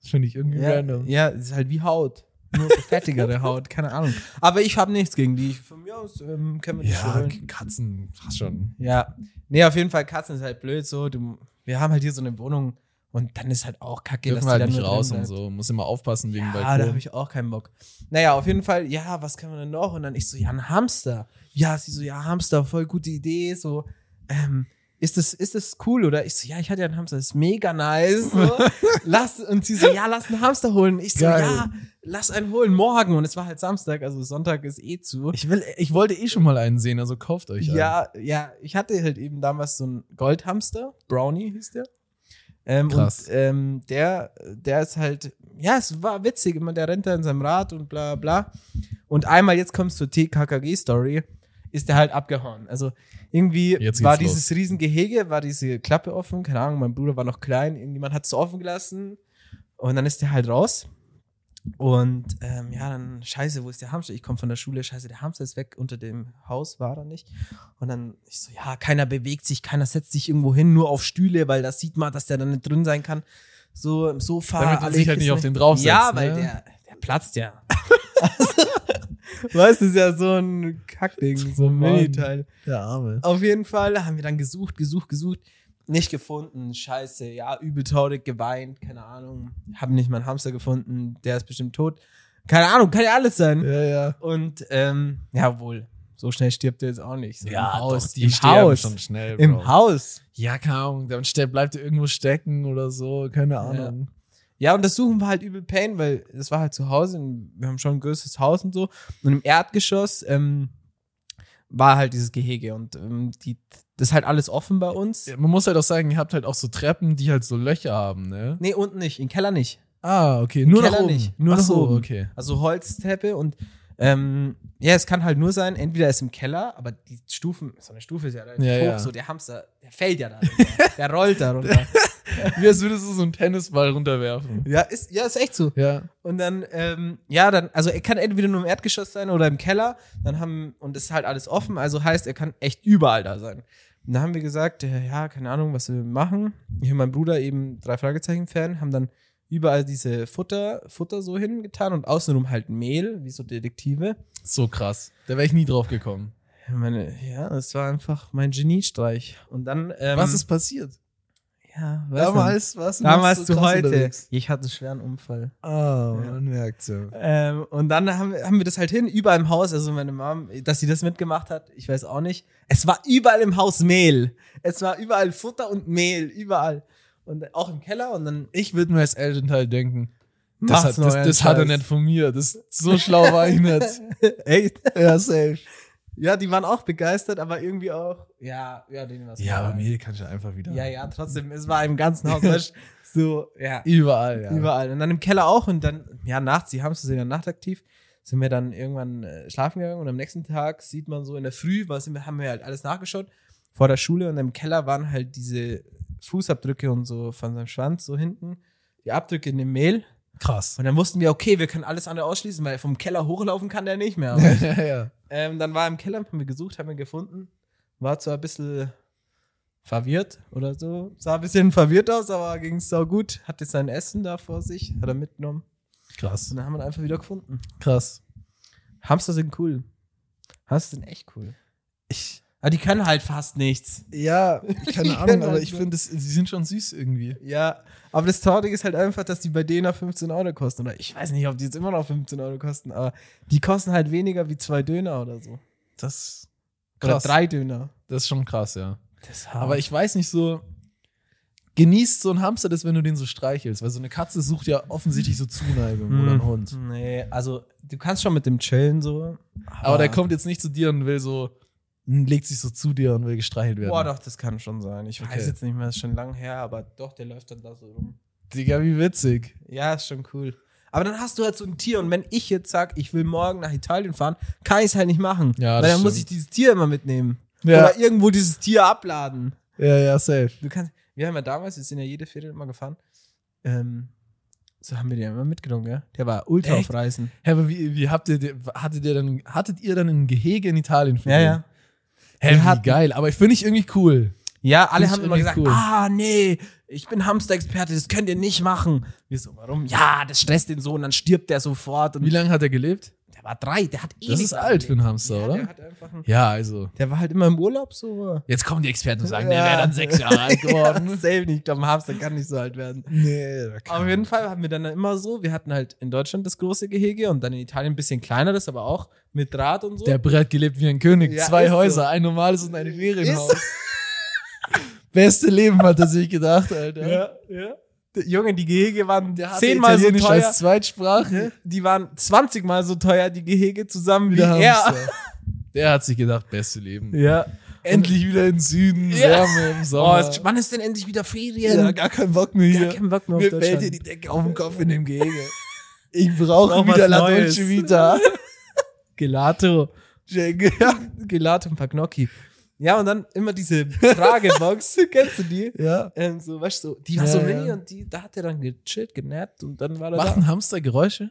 Speaker 1: Das finde ich irgendwie
Speaker 2: Ja,
Speaker 1: random.
Speaker 2: ja, es ist halt wie Haut. nur so fettigere Haut, keine Ahnung. Aber ich habe nichts gegen die. Ich- Von mir aus ähm, können wir das
Speaker 1: Ja,
Speaker 2: holen.
Speaker 1: K- Katzen, hast schon.
Speaker 2: Ja, nee, auf jeden Fall, Katzen ist halt blöd so. Du, wir haben halt hier so eine Wohnung und dann ist halt auch kacke,
Speaker 1: Dürfen
Speaker 2: die
Speaker 1: halt
Speaker 2: dann
Speaker 1: nicht
Speaker 2: nur drin
Speaker 1: raus und
Speaker 2: bleibt.
Speaker 1: so. Muss immer aufpassen wegen
Speaker 2: Ja, da
Speaker 1: Balkon.
Speaker 2: habe ich auch keinen Bock. Naja, auf jeden Fall, ja, was kann man denn noch? Und dann ich so, ja, ein Hamster. Ja, sie so, ja, Hamster, voll gute Idee. So, ähm, ist das, ist das cool? Oder ich so, ja, ich hatte ja einen Hamster, das ist mega nice. So. lass, und sie so, ja, lass einen Hamster holen. Ich so,
Speaker 1: Geil.
Speaker 2: ja, lass einen holen morgen. Und es war halt Samstag, also Sonntag ist eh zu.
Speaker 1: ich, will, ich wollte eh schon mal einen sehen, also kauft euch einen.
Speaker 2: ja, ja, ich hatte halt eben damals so einen Goldhamster, Brownie hieß der. Ähm,
Speaker 1: Krass.
Speaker 2: Und ähm, der, der ist halt, ja, es war witzig, immer der rennt da in seinem Rad und bla bla. Und einmal, jetzt kommst zur TKKG-Story, ist der halt abgehauen. Also irgendwie
Speaker 1: Jetzt geht's
Speaker 2: war
Speaker 1: los.
Speaker 2: dieses Riesengehege, war diese Klappe offen, keine Ahnung, mein Bruder war noch klein, irgendjemand hat es offen gelassen und dann ist der halt raus. Und ähm, ja, dann, scheiße, wo ist der Hamster? Ich komme von der Schule, scheiße, der Hamster ist weg, unter dem Haus war er nicht. Und dann, ich so, ja, keiner bewegt sich, keiner setzt sich irgendwo hin, nur auf Stühle, weil das sieht man, dass der dann nicht drin sein kann. So im Sofa.
Speaker 1: Damit man
Speaker 2: alle
Speaker 1: sich halt nicht
Speaker 2: Kissen-
Speaker 1: auf den draufsetzt,
Speaker 2: Ja, weil
Speaker 1: ne?
Speaker 2: der, der platzt ja. weißt du, ist ja so ein Kackding, so ein
Speaker 1: Mann.
Speaker 2: Mini-Teil.
Speaker 1: der Arme.
Speaker 2: Auf jeden Fall haben wir dann gesucht, gesucht, gesucht. Nicht gefunden, scheiße, ja, übel traurig, geweint, keine Ahnung. Haben nicht meinen Hamster gefunden, der ist bestimmt tot. Keine Ahnung, kann ja alles sein.
Speaker 1: Ja, ja.
Speaker 2: Und, ähm, jawohl, so schnell stirbt er jetzt auch nicht. So
Speaker 1: Ja,
Speaker 2: im Haus,
Speaker 1: doch, die
Speaker 2: im
Speaker 1: sterben
Speaker 2: Haus,
Speaker 1: schon schnell, Bro.
Speaker 2: Im Haus.
Speaker 1: Ja, keine Ahnung, dann ste- bleibt er irgendwo stecken oder so, keine Ahnung.
Speaker 2: Ja, und das Suchen war halt übel Pain, weil es war halt zu Hause und wir haben schon ein größeres Haus und so. Und im Erdgeschoss ähm, war halt dieses Gehege und ähm, die, das ist halt alles offen bei uns.
Speaker 1: Ja, man muss halt auch sagen, ihr habt halt auch so Treppen, die halt so Löcher haben, ne?
Speaker 2: Nee, unten nicht, im Keller nicht.
Speaker 1: Ah, okay, nur nach
Speaker 2: Keller
Speaker 1: oben.
Speaker 2: nicht, nur
Speaker 1: Ach
Speaker 2: nach
Speaker 1: so,
Speaker 2: oben.
Speaker 1: okay.
Speaker 2: Also Holztreppe und ähm, ja, es kann halt nur sein, entweder ist im Keller, aber die Stufen, so eine Stufe ist ja relativ
Speaker 1: Ja,
Speaker 2: hoch,
Speaker 1: ja.
Speaker 2: so der Hamster, der fällt ja da runter, der rollt da runter.
Speaker 1: Wie als würdest du so einen Tennisball runterwerfen.
Speaker 2: ja, ist, ja, ist echt so.
Speaker 1: Ja.
Speaker 2: Und dann, ähm, ja, dann, also er kann entweder nur im Erdgeschoss sein oder im Keller. Dann haben, und es ist halt alles offen, also heißt, er kann echt überall da sein. Und dann haben wir gesagt, äh, ja, keine Ahnung, was wir machen. Ich und mein Bruder, eben drei Fragezeichen-Fan, haben dann überall diese Futter, Futter so hingetan und außenrum halt Mehl, wie so Detektive.
Speaker 1: So krass. Da wäre ich nie drauf gekommen.
Speaker 2: Ich meine, ja, das war einfach mein Geniestreich. Und dann, ähm,
Speaker 1: passiert?
Speaker 2: ja, weiß
Speaker 1: Damals
Speaker 2: nicht.
Speaker 1: warst du noch
Speaker 2: damals
Speaker 1: so
Speaker 2: zu
Speaker 1: krass
Speaker 2: heute.
Speaker 1: unterwegs.
Speaker 2: Ich hatte einen schweren Unfall.
Speaker 1: Ah,
Speaker 2: Ja.
Speaker 1: man merkt's ja.
Speaker 2: Ähm, und dann haben, wir- haben wir das halt hin, überall im Haus, also meine Mom, dass sie das mitgemacht hat, ich weiß auch nicht. Es war überall im Haus Mehl. Es war überall Futter und Mehl, überall. Und auch im Keller und dann
Speaker 1: Ich würde mir als Elternteil denken, das,
Speaker 2: macht's
Speaker 1: hat,
Speaker 2: noch
Speaker 1: das,
Speaker 2: euren
Speaker 1: das hat er
Speaker 2: Scheiß.
Speaker 1: nicht von mir. Das so schlau war ich nicht.
Speaker 2: Echt?
Speaker 1: ja, safe.
Speaker 2: Ja, die waren auch begeistert, aber irgendwie auch, ja, ja, denen war's
Speaker 1: Ja, aber
Speaker 2: egal.
Speaker 1: mir kannst du einfach wieder.
Speaker 2: Ja, ja, trotzdem, es war im ganzen Haus weißt du, so, ja.
Speaker 1: Überall, ja.
Speaker 2: Überall. Und dann im Keller auch. Und dann, ja, nachts, die Hamster sind ja nachtaktiv, sind wir dann irgendwann äh, schlafen gegangen. Und am nächsten Tag sieht man so in der Früh, was sind wir, haben wir halt alles nachgeschaut vor der Schule. Und im Keller waren halt diese Fußabdrücke und so von seinem Schwanz so hinten. Die Abdrücke in dem Mehl.
Speaker 1: Krass.
Speaker 2: Und dann wussten wir, okay, wir können alles andere ausschließen, weil vom Keller hochlaufen kann der nicht mehr.
Speaker 1: ja, ja.
Speaker 2: ähm, dann war er im Keller, haben wir gesucht, haben wir gefunden. War zwar ein bisschen verwirrt oder so. Sah ein bisschen verwirrt aus, aber ging es sau gut. Hatte sein Essen da vor sich, hat er mitgenommen.
Speaker 1: Krass.
Speaker 2: Und dann haben wir ihn einfach wieder gefunden.
Speaker 1: Krass.
Speaker 2: Hamster sind cool. Hamster sind echt cool.
Speaker 1: Ich,
Speaker 2: Aber die können halt fast nichts.
Speaker 1: ja, keine Ahnung,
Speaker 2: kann
Speaker 1: aber
Speaker 2: halt
Speaker 1: ich
Speaker 2: nur-
Speaker 1: finde, sie sind schon süß irgendwie.
Speaker 2: Ja, aber das Traurige ist halt einfach, dass die bei denen auch 15 Euro kosten. Oder ich weiß nicht, ob die jetzt immer noch 15 Euro kosten, aber die kosten halt weniger wie zwei Döner oder so.
Speaker 1: Das, Krass.
Speaker 2: Oder drei Döner.
Speaker 1: das ist schon krass, ja.
Speaker 2: Das
Speaker 1: Aber ich weiß nicht so. Genießt so ein Hamster das, wenn du den so streichelst, weil so eine Katze sucht ja offensichtlich so Zuneigung oder
Speaker 2: Hm.
Speaker 1: ein Hund.
Speaker 2: Nee, also du kannst schon mit dem chillen so.
Speaker 1: Aber der kommt jetzt nicht zu dir und will so, legt sich so zu dir und will gestreichelt werden.
Speaker 2: Boah, doch, das kann schon sein. Ich
Speaker 1: Okay.
Speaker 2: weiß jetzt nicht mehr, ist schon lang her, aber doch, der läuft dann da so rum.
Speaker 1: Digga, wie witzig.
Speaker 2: Ja, ist schon cool. Aber dann hast du halt so ein Tier und wenn ich jetzt sag, ich will morgen nach Italien fahren, kann ich es halt nicht machen.
Speaker 1: Ja,
Speaker 2: weil
Speaker 1: das
Speaker 2: dann muss ich
Speaker 1: stimmt.
Speaker 2: dieses Tier immer mitnehmen.
Speaker 1: Ja.
Speaker 2: Oder irgendwo dieses Tier abladen.
Speaker 1: Ja, ja, safe.
Speaker 2: Du kannst, wir haben ja damals, wir sind ja jede Ferien immer gefahren, ähm, so haben wir den immer mitgenommen, gell? Der war ultra
Speaker 1: Echt?
Speaker 2: auf Reisen.
Speaker 1: Hä, aber wie, wie habt ihr, den- hattet ihr dann, hattet ihr dann ein Gehege in Italien für den? Hä,
Speaker 2: Wir
Speaker 1: wie
Speaker 2: hatten-
Speaker 1: geil. Aber ich finde ich irgendwie cool.
Speaker 2: Ja, alle
Speaker 1: Find's
Speaker 2: haben immer gesagt,
Speaker 1: irgendwie cool.
Speaker 2: ah, nee, ich bin Hamster-Experte, das könnt ihr nicht machen. Wir so, warum? Ja, das stresst den Sohn, dann stirbt der sofort. Und
Speaker 1: Wie lange hat er gelebt?
Speaker 2: Der war drei, der hat ewig
Speaker 1: Das ist alt für einen Hamster,
Speaker 2: ja, Der,
Speaker 1: oder?
Speaker 2: hat einfach ein
Speaker 1: Ja, also.
Speaker 2: der war halt immer im Urlaub so.
Speaker 1: Jetzt kommen die Experten und sagen, der
Speaker 2: Ja.
Speaker 1: wäre dann sechs Jahre alt geworden.
Speaker 2: Ja, safe nicht, ich glaube, ein Hamster kann nicht so alt werden.
Speaker 1: nee, da
Speaker 2: Auf jeden Fall haben wir dann immer so, wir hatten halt in Deutschland das große Gehege und dann in Italien ein bisschen kleineres, aber auch mit Draht und so.
Speaker 1: Der Brett gelebt wie ein König.
Speaker 2: Ja,
Speaker 1: Zwei
Speaker 2: ist so.
Speaker 1: Häuser, ein normales und ein Ferienhaus. Beste Leben hat er sich gedacht, Alter.
Speaker 2: ja, ja. Die- Junge, die Gehege waren
Speaker 1: Der hat
Speaker 2: zehnmal so
Speaker 1: Italienisch
Speaker 2: teuer.
Speaker 1: als Zweitsprache.
Speaker 2: Die waren 20 mal so teuer, die Gehege zusammen wie
Speaker 1: Wieder
Speaker 2: er.
Speaker 1: Hamster. Der hat sich gedacht, beste Leben.
Speaker 2: Ja.
Speaker 1: Endlich wieder in den Süden,
Speaker 2: Ja.
Speaker 1: Wärme im
Speaker 2: Oh,
Speaker 1: Sommer.
Speaker 2: es- wann ist denn endlich wieder Ferien?
Speaker 1: ja, gar kein Bock mehr
Speaker 2: Gar
Speaker 1: hier.
Speaker 2: keinen Bock mehr auf
Speaker 1: Mir fällt
Speaker 2: Deutschland.
Speaker 1: hier die Decke auf den Kopf in dem Gehege. Ich brauche
Speaker 2: Brauch
Speaker 1: wieder
Speaker 2: was
Speaker 1: La
Speaker 2: Neues.
Speaker 1: Dolce Vita.
Speaker 2: Gelato.
Speaker 1: Schenke.
Speaker 2: Gelato und ein paar Gnocchi. Ja, und dann immer diese Fragebox. Kennst du die?
Speaker 1: ja.
Speaker 2: Ähm, so, weißt du, so, die war
Speaker 1: Ja,
Speaker 2: so
Speaker 1: ja.
Speaker 2: mini und die, da hat er dann gechillt, genappt und dann war er
Speaker 1: Machen Hamster Geräusche?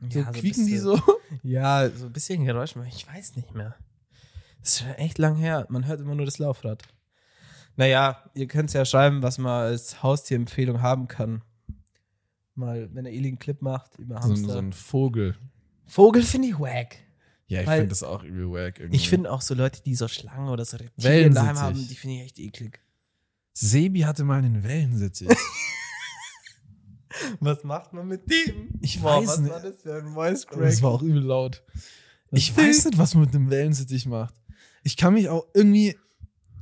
Speaker 2: da.
Speaker 1: So
Speaker 2: Ja,
Speaker 1: quieken die
Speaker 2: bisschen-
Speaker 1: so?
Speaker 2: Ja, so ein bisschen Geräusch, aber ich weiß nicht mehr. Das ist schon echt lang her. Man hört immer nur das Laufrad. Naja, ihr könnt ja schreiben, was man als Haustierempfehlung haben kann. Mal, wenn er Eli einen Clip macht über
Speaker 1: So,
Speaker 2: Hamster.
Speaker 1: so ein Vogel.
Speaker 2: Vogel finde ich wack.
Speaker 1: Ja, ich
Speaker 2: Weil-
Speaker 1: finde das auch übel wack. Irgendwie.
Speaker 2: Ich finde auch so Leute, die so Schlangen oder so Reptilien
Speaker 1: Wellensittich.
Speaker 2: daheim haben, die finde ich echt eklig.
Speaker 1: Sebi hatte mal einen Wellensittich.
Speaker 2: Was macht man mit dem?
Speaker 1: Ich
Speaker 2: Boah,
Speaker 1: weiß
Speaker 2: was
Speaker 1: nicht.
Speaker 2: war das für ein Voice
Speaker 1: Aber Das
Speaker 2: Crack?
Speaker 1: war auch übel laut. Ich
Speaker 2: Das-
Speaker 1: weiß nicht, was man mit einem Wellensittich macht. Ich kann mich auch irgendwie.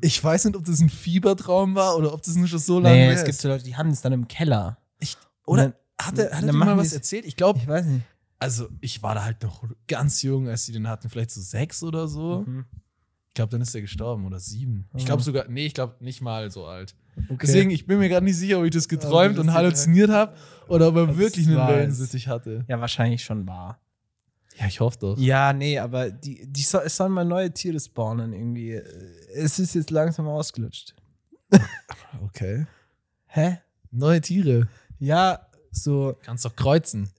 Speaker 1: Ich weiß nicht, ob das ein Fiebertraum war oder ob das nicht schon so lange
Speaker 2: Nee,
Speaker 1: her
Speaker 2: es gibt
Speaker 1: ist.
Speaker 2: so Leute, die haben das dann im Keller.
Speaker 1: Ich- oder
Speaker 2: Und
Speaker 1: Hat er,
Speaker 2: Dann
Speaker 1: hat er dir
Speaker 2: machen
Speaker 1: mal was
Speaker 2: die's-
Speaker 1: erzählt? Ich glaube,
Speaker 2: dann, ich weiß nicht.
Speaker 1: also ich war da halt noch ganz jung, als sie den hatten, vielleicht so sechs oder so. Ich glaube, dann ist er gestorben oder sieben. Ich glaube
Speaker 2: Mhm.
Speaker 1: sogar, nee, ich glaube nicht mal so alt.
Speaker 2: Okay.
Speaker 1: Deswegen, ich bin mir gerade nicht sicher, ob ich das geträumt
Speaker 2: das
Speaker 1: und
Speaker 2: ist-
Speaker 1: halluziniert habe oder ob er
Speaker 2: Das
Speaker 1: wirklich einen
Speaker 2: war's.
Speaker 1: Wellensittich hatte.
Speaker 2: Ja, wahrscheinlich schon wahr.
Speaker 1: Ja, ich hoffe doch.
Speaker 2: Ja, nee, aber die, die so, es sollen mal neue Tiere spawnen irgendwie. Es ist jetzt langsam ausgelutscht.
Speaker 1: Okay.
Speaker 2: Hä?
Speaker 1: Neue Tiere.
Speaker 2: Ja, so.
Speaker 1: Kannst doch kreuzen.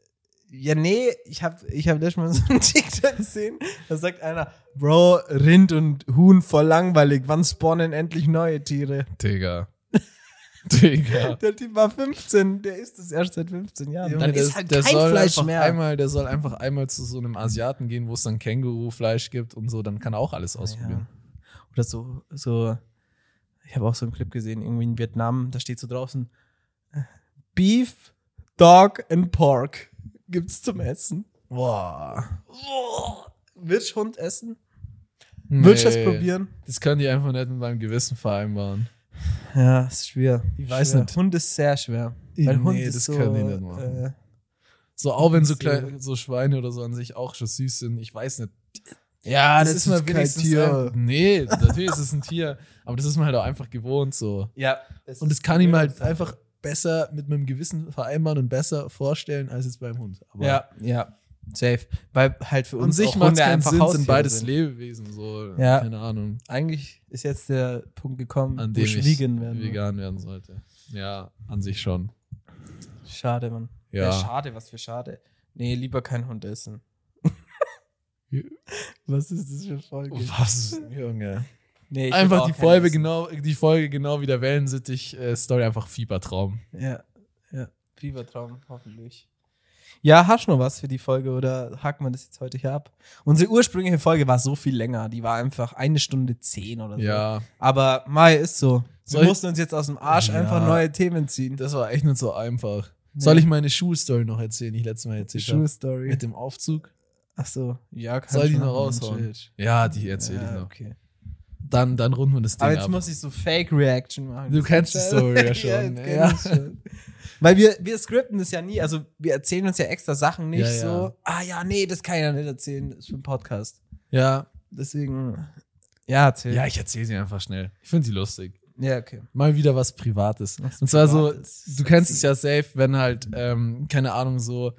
Speaker 2: Ja, nee, ich habe ich hab letztes Mal so einen TikTok gesehen. Da sagt einer, Bro, Rind und Huhn voll langweilig. Wann spawnen endlich neue Tiere?
Speaker 1: Digga. Digga.
Speaker 2: Der Typ war 15, der ist es erst seit 15 Jahren.
Speaker 1: Junge,
Speaker 2: Dann
Speaker 1: der-
Speaker 2: ist halt
Speaker 1: der
Speaker 2: kein
Speaker 1: soll
Speaker 2: Fleisch
Speaker 1: einfach
Speaker 2: mehr.
Speaker 1: Einmal, der soll einfach einmal zu so einem Asiaten gehen, wo es dann Kängurufleisch gibt und so, dann kann er auch alles ausprobieren.
Speaker 2: Ja. Oder so, so, ich habe auch so einen Clip gesehen, irgendwie in Vietnam, da steht so draußen, Beef, Dog and Pork gibt's zum Essen.
Speaker 1: Boah.
Speaker 2: Oh, willst Hund essen?
Speaker 1: Nee.
Speaker 2: Willst du das probieren?
Speaker 1: Das können die einfach nicht mit meinem Gewissen vereinbaren.
Speaker 2: Ja, ist schwer.
Speaker 1: Ich weiß
Speaker 2: schwer.
Speaker 1: nicht.
Speaker 2: Hund ist sehr schwer.
Speaker 1: Ich-
Speaker 2: Weil Hund
Speaker 1: nee,
Speaker 2: ist
Speaker 1: das
Speaker 2: so,
Speaker 1: können die nicht machen.
Speaker 2: Äh,
Speaker 1: So, auch wenn so,
Speaker 2: So.
Speaker 1: klein, so Schweine oder so an sich auch schon süß sind, ich weiß nicht.
Speaker 2: ja, Ah, das, ist,
Speaker 1: mal
Speaker 2: kein
Speaker 1: wenigstens
Speaker 2: Tier.
Speaker 1: Ein, nee, natürlich ist es ein Tier, aber das ist man halt auch einfach gewohnt so.
Speaker 2: Ja.
Speaker 1: Und das kann ich mir halt einfach besser mit meinem Gewissen vereinbaren und besser vorstellen als jetzt beim Hund. Aber
Speaker 2: Ja, ja. Safe. Weil halt für
Speaker 1: Und
Speaker 2: uns
Speaker 1: sich
Speaker 2: auch
Speaker 1: macht
Speaker 2: Hunde
Speaker 1: keinen
Speaker 2: einfach
Speaker 1: Sinn,
Speaker 2: Haustiere
Speaker 1: sind beides
Speaker 2: sind.
Speaker 1: Lebewesen, so,
Speaker 2: Ja.
Speaker 1: keine Ahnung,
Speaker 2: eigentlich ist jetzt der Punkt gekommen,
Speaker 1: an
Speaker 2: wo
Speaker 1: dem
Speaker 2: ich
Speaker 1: ich
Speaker 2: vegan werden wird.
Speaker 1: vegan werden sollte. Ja, an sich schon.
Speaker 2: Schade, Mann. Ja.
Speaker 1: Ja.
Speaker 2: schade, was für schade. Nee, lieber kein Hund essen.
Speaker 1: Ja.
Speaker 2: was ist das für Folge?
Speaker 1: Was, Junge.
Speaker 2: Nee, ich will
Speaker 1: Einfach
Speaker 2: auch
Speaker 1: die
Speaker 2: kein
Speaker 1: Folge,
Speaker 2: Essen.
Speaker 1: genau, die Folge genau wie der Wellensittich-Story, äh, einfach Fiebertraum.
Speaker 2: Ja, ja. Fiebertraum, hoffentlich. Ja, hast du noch was für die Folge oder haken wir das jetzt heute hier ab? Unsere ursprüngliche Folge war so viel länger. Die war einfach eine Stunde zehn oder so.
Speaker 1: Ja,
Speaker 2: Aber Mai ist so. Wir
Speaker 1: Soll ich-
Speaker 2: mussten uns jetzt aus dem Arsch
Speaker 1: Ja.
Speaker 2: einfach neue Themen ziehen.
Speaker 1: das war echt nicht so einfach.
Speaker 2: Nee.
Speaker 1: Soll ich meine Schulstory noch erzählen, die ich letztes Mal
Speaker 2: Die
Speaker 1: erzählt habe?
Speaker 2: Schulstory.
Speaker 1: Mit dem Aufzug?
Speaker 2: Ach so. Ja, kann
Speaker 1: Soll ich
Speaker 2: schon
Speaker 1: noch
Speaker 2: machen,
Speaker 1: raushauen?
Speaker 2: Mensch.
Speaker 1: Ja, die erzähle
Speaker 2: Ja,
Speaker 1: ich noch.
Speaker 2: Okay.
Speaker 1: Dann, dann runden wir das Ding
Speaker 2: Aber jetzt
Speaker 1: ab.
Speaker 2: muss ich so Fake-Reaction machen.
Speaker 1: Du kennst die Story ja schon,
Speaker 2: jetzt
Speaker 1: ne?
Speaker 2: kenn
Speaker 1: Ja.
Speaker 2: ich schon. Weil wir, wir skripten das ja nie, also wir erzählen uns ja extra Sachen nicht
Speaker 1: Ja, ja.
Speaker 2: so, ah ja, nee, das kann ich ja nicht erzählen, das ist für einen Podcast.
Speaker 1: ja.
Speaker 2: Deswegen, ja, erzähl.
Speaker 1: ja, ich erzähle sie einfach schnell. Ich finde sie lustig.
Speaker 2: Ja, okay.
Speaker 1: mal wieder was Privates.
Speaker 2: Was
Speaker 1: und zwar
Speaker 2: Privates.
Speaker 1: so, Also, du kennst es ja safe, wenn halt, ähm, keine Ahnung, so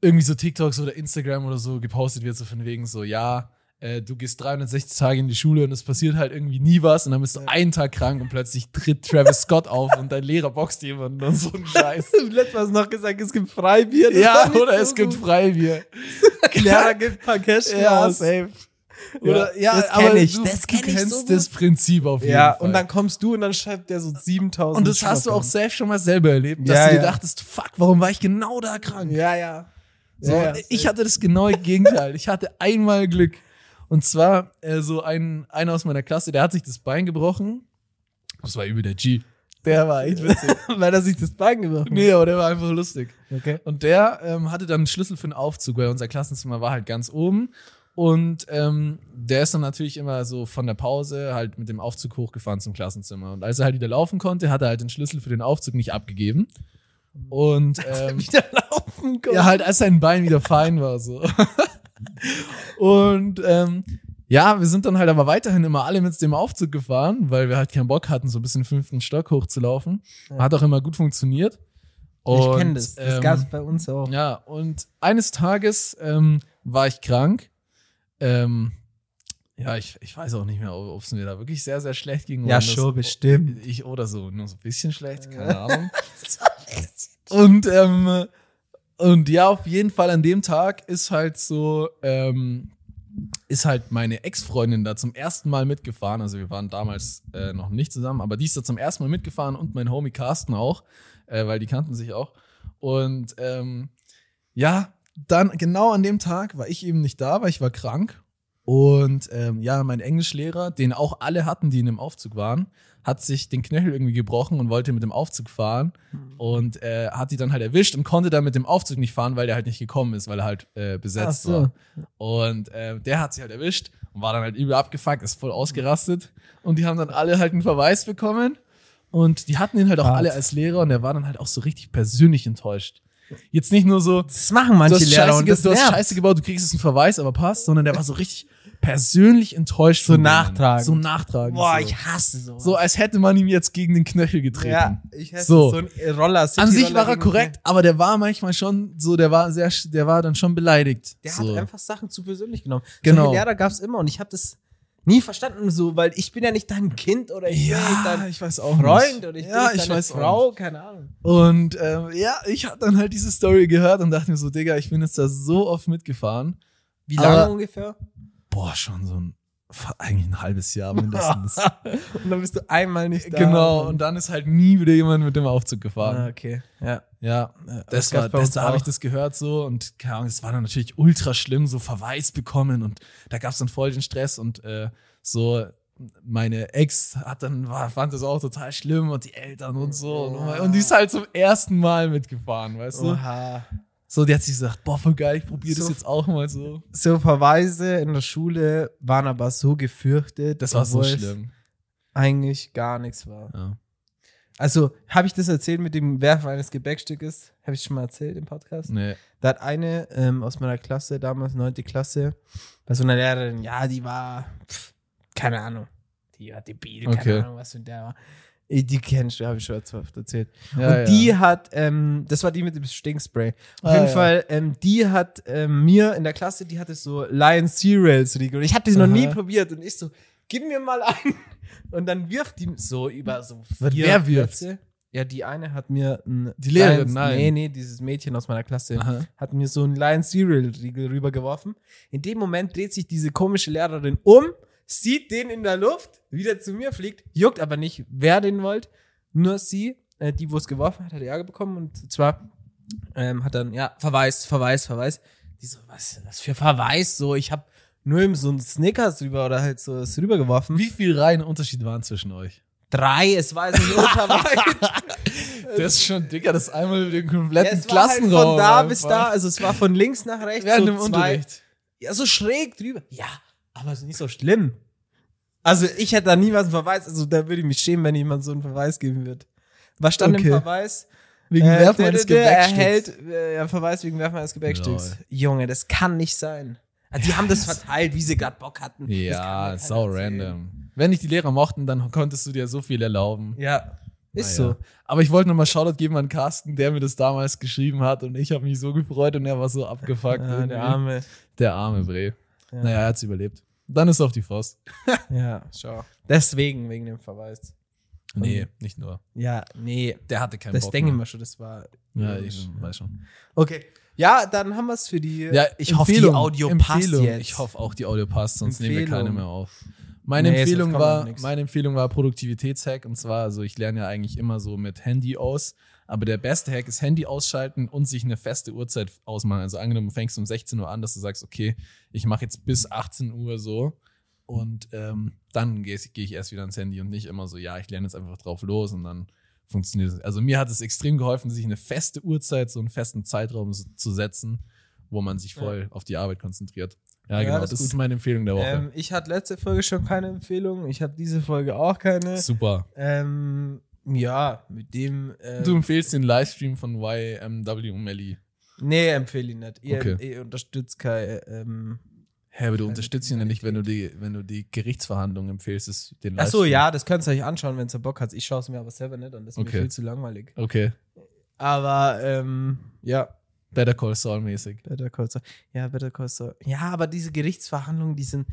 Speaker 1: irgendwie so TikToks oder Instagram oder so gepostet wird, so von wegen so, ja, äh, du gehst 360 Tage in die Schule und es passiert halt irgendwie nie was und dann bist du
Speaker 2: Ja.
Speaker 1: einen Tag krank und plötzlich tritt Travis Scott auf und dein Lehrer boxt jemanden und so ein Scheiß.
Speaker 2: Letztes Mal hast du noch gesagt, es gibt Freibier. das war
Speaker 1: ja,
Speaker 2: nicht
Speaker 1: oder
Speaker 2: so
Speaker 1: es gibt
Speaker 2: gut.
Speaker 1: Freibier.
Speaker 2: Lehrer gibt ein paar Cash
Speaker 1: Ja,
Speaker 2: safe. Oder, ja,
Speaker 1: das
Speaker 2: aber
Speaker 1: kenne ich.
Speaker 2: du-
Speaker 1: das
Speaker 2: du
Speaker 1: kenn ich
Speaker 2: kennst
Speaker 1: so
Speaker 2: das
Speaker 1: das Prinzip auf jeden
Speaker 2: Ja,
Speaker 1: Fall.
Speaker 2: und dann kommst du und dann schreibt der so 7000.
Speaker 1: und das hast du auch
Speaker 2: Schultern.
Speaker 1: safe schon mal selber erlebt, dass
Speaker 2: Ja,
Speaker 1: du dir
Speaker 2: ja.
Speaker 1: dachtest, fuck, warum war ich genau da krank?
Speaker 2: Ja, ja.
Speaker 1: So,
Speaker 2: ja, ja.
Speaker 1: ich hatte das genaue Gegenteil. Ich hatte einmal Glück. Und zwar äh, so ein, einer aus meiner Klasse, der hat sich das Bein gebrochen. Das war übel der G.
Speaker 2: der war echt witzig. Weil er sich das Bein gebrochen
Speaker 1: Nee, aber der war einfach lustig.
Speaker 2: hat. Okay.
Speaker 1: Und der ähm, hatte dann einen Schlüssel für den Aufzug, weil unser Klassenzimmer war halt ganz oben. Und ähm, der ist dann natürlich immer so von der Pause halt mit dem Aufzug hochgefahren zum Klassenzimmer. Und als er halt wieder laufen konnte, hat er halt den Schlüssel für den Aufzug nicht abgegeben. Und ähm,
Speaker 2: Wieder laufen konnte.
Speaker 1: ja, halt als sein Bein wieder fein war so. Und ähm, ja, wir sind dann halt aber weiterhin immer alle mit dem Aufzug gefahren, weil wir halt keinen Bock hatten, so ein bisschen fünften Stock hochzulaufen.
Speaker 2: Ja.
Speaker 1: Hat auch immer gut funktioniert.
Speaker 2: ich kenne
Speaker 1: Und,
Speaker 2: das. Das
Speaker 1: ähm,
Speaker 2: gab's bei uns auch.
Speaker 1: ja, und eines Tages ähm, war ich krank. Ähm, ja, ich, ich weiß auch nicht mehr, ob es mir da wirklich sehr, sehr schlecht ging. oder
Speaker 2: Ja,
Speaker 1: nur
Speaker 2: schon,
Speaker 1: so-
Speaker 2: bestimmt.
Speaker 1: Ich oder so, nur so ein bisschen schlecht, keine Ahnung. und, ähm, und ja, auf jeden Fall an dem Tag ist halt so, ähm, ist halt meine Ex-Freundin da zum ersten Mal mitgefahren. Also wir waren damals äh, noch nicht zusammen, aber die ist da zum ersten Mal mitgefahren und mein Homie Carsten auch, äh, weil die kannten sich auch. Und ähm, ja, dann genau an dem Tag war ich eben nicht da, weil ich war krank. Und ähm, ja, mein Englischlehrer, den auch alle hatten, die in dem Aufzug waren, hat sich den Knöchel irgendwie gebrochen und wollte mit dem Aufzug fahren
Speaker 2: Hm.
Speaker 1: und äh, hat die dann halt erwischt und konnte dann mit dem Aufzug nicht fahren, weil der halt nicht gekommen ist, weil er halt äh, besetzt
Speaker 2: Ach so.
Speaker 1: war. Und äh, der hat sie halt erwischt und war dann halt übel abgefuckt, ist voll ausgerastet. Und die haben dann alle halt einen Verweis bekommen. Und die hatten ihn halt auch
Speaker 2: Hart.
Speaker 1: alle als Lehrer und der war dann halt auch so richtig persönlich enttäuscht. Jetzt nicht nur so,
Speaker 2: Das machen
Speaker 1: du
Speaker 2: manche
Speaker 1: hast,
Speaker 2: Lehrer
Speaker 1: Scheiße,
Speaker 2: und das
Speaker 1: du hast
Speaker 2: nervt.
Speaker 1: Scheiße gebaut, du kriegst jetzt einen Verweis, aber passt, sondern der war so richtig persönlich enttäuscht.
Speaker 2: So
Speaker 1: von denen.
Speaker 2: nachtragend.
Speaker 1: So nachtragend.
Speaker 2: Boah,
Speaker 1: so.
Speaker 2: ich hasse sowas.
Speaker 1: so, als hätte man ihm jetzt gegen den Knöchel getreten.
Speaker 2: ja, ich hasse
Speaker 1: So.
Speaker 2: so, so ein Roller.
Speaker 1: An sich
Speaker 2: City-Roller
Speaker 1: war er
Speaker 2: gegen-
Speaker 1: korrekt, aber der war manchmal schon so, der war sehr, sch- der war dann schon beleidigt.
Speaker 2: Der
Speaker 1: so.
Speaker 2: hat einfach Sachen zu persönlich genommen.
Speaker 1: Genau.
Speaker 2: Solche Lehrer gab es immer und ich habe das nie verstanden so, weil ich bin ja nicht dein Kind oder ich bin ja nicht
Speaker 1: ja,
Speaker 2: dein
Speaker 1: ich weiß auch
Speaker 2: Freund
Speaker 1: nicht.
Speaker 2: oder ich bin
Speaker 1: ja,
Speaker 2: nicht
Speaker 1: ich
Speaker 2: deine
Speaker 1: weiß
Speaker 2: Frau,
Speaker 1: Auch.
Speaker 2: keine Ahnung.
Speaker 1: Und ähm, ja, ich habe dann halt diese Story gehört und dachte mir so, Digga, ich bin jetzt da so oft mitgefahren.
Speaker 2: Wie
Speaker 1: Aber-
Speaker 2: lange ungefähr?
Speaker 1: Boah, schon so ein, eigentlich ein halbes Jahr mindestens.
Speaker 2: Und dann bist du einmal nicht da.
Speaker 1: genau, und dann ist halt nie wieder jemand mit dem Aufzug gefahren.
Speaker 2: Ah, okay. Ja.
Speaker 1: Ja, äh, das,
Speaker 2: das
Speaker 1: war,
Speaker 2: gab's bei
Speaker 1: das,
Speaker 2: uns
Speaker 1: da habe ich
Speaker 2: auch.
Speaker 1: das gehört so und keine Ahnung, es war dann natürlich ultra schlimm, so Verweis bekommen und da gab es dann voll den Stress und äh, so meine Ex hat dann war, fand das auch total schlimm und die Eltern und so und,
Speaker 2: Ja.
Speaker 1: und die ist halt zum ersten Mal mitgefahren, weißt du?
Speaker 2: Oha.
Speaker 1: So, die hat sich gesagt, boah, voll geil, ich probiere das
Speaker 2: Oh. So.
Speaker 1: jetzt auch mal so.
Speaker 2: So Verweise in der Schule waren aber so gefürchtet,
Speaker 1: Das war so
Speaker 2: obwohl es
Speaker 1: schlimm.
Speaker 2: eigentlich gar nichts war.
Speaker 1: Ja.
Speaker 2: Also, habe ich das erzählt mit dem Werfen eines Gebäckstückes? Habe ich schon mal erzählt im Podcast?
Speaker 1: Nee.
Speaker 2: Da hat eine ähm, aus meiner Klasse, damals neunte Klasse, bei so einer Lehrerin, ja, die war, pf, keine Ahnung, die war debil,
Speaker 1: Okay.
Speaker 2: keine Ahnung, was für ein der war. Äh, Die kennst du, habe ich schon ganz oft erzählt.
Speaker 1: Ja,
Speaker 2: und
Speaker 1: ja.
Speaker 2: die hat, ähm, das war die mit dem Stinkspray. Auf
Speaker 1: Ah,
Speaker 2: jeden
Speaker 1: ja.
Speaker 2: Fall, ähm, die hat ähm, mir in der Klasse, die hatte so Lion Cereal zu liegen. Und ich hatte sie noch
Speaker 1: Aha.
Speaker 2: nie probiert. Und ich so, gib mir mal einen. Und dann wirft die so über so
Speaker 1: Wer-
Speaker 2: vier
Speaker 1: wer wirft?
Speaker 2: Plätze. Ja, die eine hat mir ein
Speaker 1: Die Lehrerin,
Speaker 2: Lions-
Speaker 1: nein.
Speaker 2: Nee, nee, dieses Mädchen aus meiner Klasse
Speaker 1: Aha.
Speaker 2: hat mir so einen Lion Cereal Riegel rübergeworfen. In dem Moment dreht sich diese komische Lehrerin um, sieht den in der Luft, wieder zu mir fliegt, juckt aber nicht, wer den wollte, nur sie, äh, die, wo es geworfen hat, hat Ärger bekommen und zwar ähm, hat dann, ja, Verweis, Verweis, Verweis. Die so, was ist das für Verweis? So, ich habe nur eben so einen Snickers rüber oder halt so das rübergeworfen.
Speaker 1: Wie viel rein Unterschied waren zwischen euch?
Speaker 2: Drei, es war also ein Verweis.
Speaker 1: Das ist schon, Digga, das einmal den kompletten
Speaker 2: es war halt von
Speaker 1: Klassenraum.
Speaker 2: da bis da,
Speaker 1: einfach.
Speaker 2: also es war von links nach rechts.
Speaker 1: Während
Speaker 2: so
Speaker 1: dem
Speaker 2: zwei,
Speaker 1: Unterricht.
Speaker 2: Ja, so schräg drüber. Ja, aber ist nicht so schlimm. Also ich hätte da niemals einen Verweis, also da würde ich mich schämen, wenn jemand so einen Verweis geben wird. Was stand
Speaker 1: Okay.
Speaker 2: im Verweis?
Speaker 1: Wegen
Speaker 2: Äh,
Speaker 1: Werfen eines
Speaker 2: dä- dä-
Speaker 1: Gebäckstücks.
Speaker 2: Erhält, äh, ja, Verweis wegen Werfen eines Gebäckstücks.
Speaker 1: Lol.
Speaker 2: Junge, das kann nicht sein. Also die haben das verteilt, wie sie gerade Bock hatten. Das kann
Speaker 1: Ja,
Speaker 2: mir keiner
Speaker 1: sau
Speaker 2: erzählen.
Speaker 1: random. Wenn dich die Lehrer mochten, dann konntest du dir so viel erlauben.
Speaker 2: Ja, ist
Speaker 1: Naja.
Speaker 2: so.
Speaker 1: Aber ich wollte nochmal Shoutout geben an Carsten, der mir das damals geschrieben hat und ich habe mich so gefreut und er war so abgefuckt.
Speaker 2: Ja,
Speaker 1: irgendwie.
Speaker 2: der Arme.
Speaker 1: Der arme Bre.
Speaker 2: Ja.
Speaker 1: Naja, er hat's überlebt. Dann ist er auf die Faust.
Speaker 2: Ja, schau. Deswegen, wegen dem Verweis.
Speaker 1: Nee, nicht nur.
Speaker 2: Ja, nee.
Speaker 1: Der hatte keinen
Speaker 2: Das
Speaker 1: Bock.
Speaker 2: denke ich
Speaker 1: mehr.
Speaker 2: mir schon, das war.
Speaker 1: Ja, ich weiß schon.
Speaker 2: Okay, Ja, dann haben wir es für die
Speaker 1: Ja, ich
Speaker 2: Empfehlung.
Speaker 1: hoffe, die Audio passt
Speaker 2: Empfehlung.
Speaker 1: jetzt. Ich hoffe auch, die Audio passt, sonst nehmen wir keine
Speaker 2: Empfehlung.
Speaker 1: mehr auf. Meine,
Speaker 2: Nee, sonst
Speaker 1: Empfehlung
Speaker 2: kommt noch
Speaker 1: war,
Speaker 2: nix.
Speaker 1: meine Empfehlung war Produktivitätshack und zwar, also ich lerne ja eigentlich immer so mit Handy aus, aber der beste Hack ist Handy ausschalten und sich eine feste Uhrzeit ausmachen. Also angenommen, du fängst um 16 Uhr an, dass du sagst, okay, ich mache jetzt bis 18 Uhr so und ähm, dann gehe geh ich erst wieder ans Handy und nicht immer so, ja, ich lerne jetzt einfach drauf los und dann funktioniert es. Also mir hat es extrem geholfen, sich eine feste Uhrzeit, so einen festen Zeitraum so, zu setzen, wo man sich voll auf die Arbeit konzentriert. Ja,
Speaker 2: Ja,
Speaker 1: genau,
Speaker 2: das
Speaker 1: das,
Speaker 2: ist
Speaker 1: ist
Speaker 2: gut.
Speaker 1: meine Empfehlung der Woche.
Speaker 2: Ähm, ich hatte letzte Folge schon keine Empfehlung. Ich habe diese Folge auch
Speaker 1: äh,
Speaker 2: keine.
Speaker 1: Super.
Speaker 2: Ähm, ja, mit dem. Ähm,
Speaker 1: Du empfehlst den Livestream von YMW und Melly.
Speaker 2: nee, empfehle ihn nicht. Ihr,
Speaker 1: Okay.
Speaker 2: ihr unterstützt Kai. Ähm,
Speaker 1: Hä, aber du
Speaker 2: Keine
Speaker 1: unterstützt ihn ja nicht, wenn du die, wenn du die Gerichtsverhandlung empfehlst, ist den
Speaker 2: ach so, ja, das könnt ihr euch anschauen, wenn ihr Bock habt. Ich schaue es mir aber selber nicht an. Das ist
Speaker 1: Okay.
Speaker 2: mir viel zu langweilig.
Speaker 1: Okay.
Speaker 2: Aber ähm, ja,
Speaker 1: Better Call Saul mäßig.
Speaker 2: Better Call Saul. Ja, Better Call Saul. Ja, aber diese Gerichtsverhandlungen, die sind,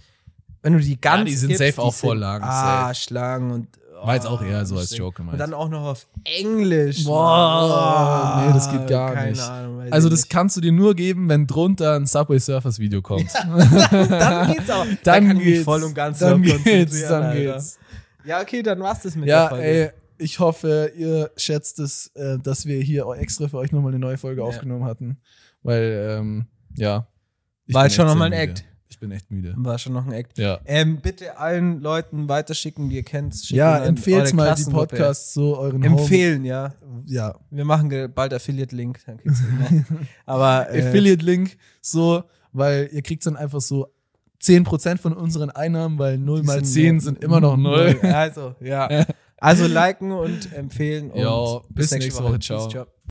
Speaker 2: wenn du die ganz
Speaker 1: die sind safe auch voll lang,
Speaker 2: Ah,
Speaker 1: safe.
Speaker 2: Schlangen und. oh,
Speaker 1: War jetzt auch eher so als
Speaker 2: anstrengend.
Speaker 1: Joke
Speaker 2: Und
Speaker 1: gemeint.
Speaker 2: dann auch noch auf Englisch.
Speaker 1: Boah,
Speaker 2: Mann.
Speaker 1: nee, das geht gar
Speaker 2: Keine
Speaker 1: nicht.
Speaker 2: Ahnung, weiß
Speaker 1: also
Speaker 2: ich
Speaker 1: das
Speaker 2: nicht.
Speaker 1: kannst du dir nur geben, wenn drunter ein Subway Surfers Video kommt.
Speaker 2: Dann geht's auch.
Speaker 1: Dann
Speaker 2: kann ich mich
Speaker 1: geht's.
Speaker 2: voll und ganz
Speaker 1: dann
Speaker 2: drauf
Speaker 1: geht's,
Speaker 2: konzentrieren,
Speaker 1: dann
Speaker 2: Alter.
Speaker 1: geht's.
Speaker 2: Ja, okay, dann war's das mit
Speaker 1: Ja,
Speaker 2: der Folge.
Speaker 1: ey, ich hoffe, ihr schätzt es, äh, dass wir hier auch extra für euch nochmal eine neue Folge
Speaker 2: Ja.
Speaker 1: aufgenommen hatten. Weil, ähm, ja. Ich
Speaker 2: War
Speaker 1: bin
Speaker 2: jetzt schon
Speaker 1: echt
Speaker 2: noch mal
Speaker 1: sehr
Speaker 2: ein
Speaker 1: müde.
Speaker 2: Act.
Speaker 1: Ich bin echt müde.
Speaker 2: War schon noch ein Act.
Speaker 1: Ja.
Speaker 2: Ähm, bitte allen Leuten weiterschicken, die ihr kennt. Schickt
Speaker 1: Ja,
Speaker 2: an
Speaker 1: empfehlt
Speaker 2: eure
Speaker 1: mal die
Speaker 2: Klassengruppe.
Speaker 1: Podcasts so euren
Speaker 2: Empfehlen, ja.
Speaker 1: Home. Ja.
Speaker 2: Wir machen ge- bald Affiliate-Link. dann kriegst du ihn. Aber äh,
Speaker 1: Affiliate-Link, so, weil ihr kriegt dann einfach so 10% von unseren Einnahmen, weil 0
Speaker 2: die
Speaker 1: mal
Speaker 2: sind
Speaker 1: 10
Speaker 2: nur-
Speaker 1: sind immer noch 0.
Speaker 2: Also, ja. Also liken und empfehlen. Und
Speaker 1: Jo, bis nächste Woche. Ciao.
Speaker 2: Tschüss, ciao.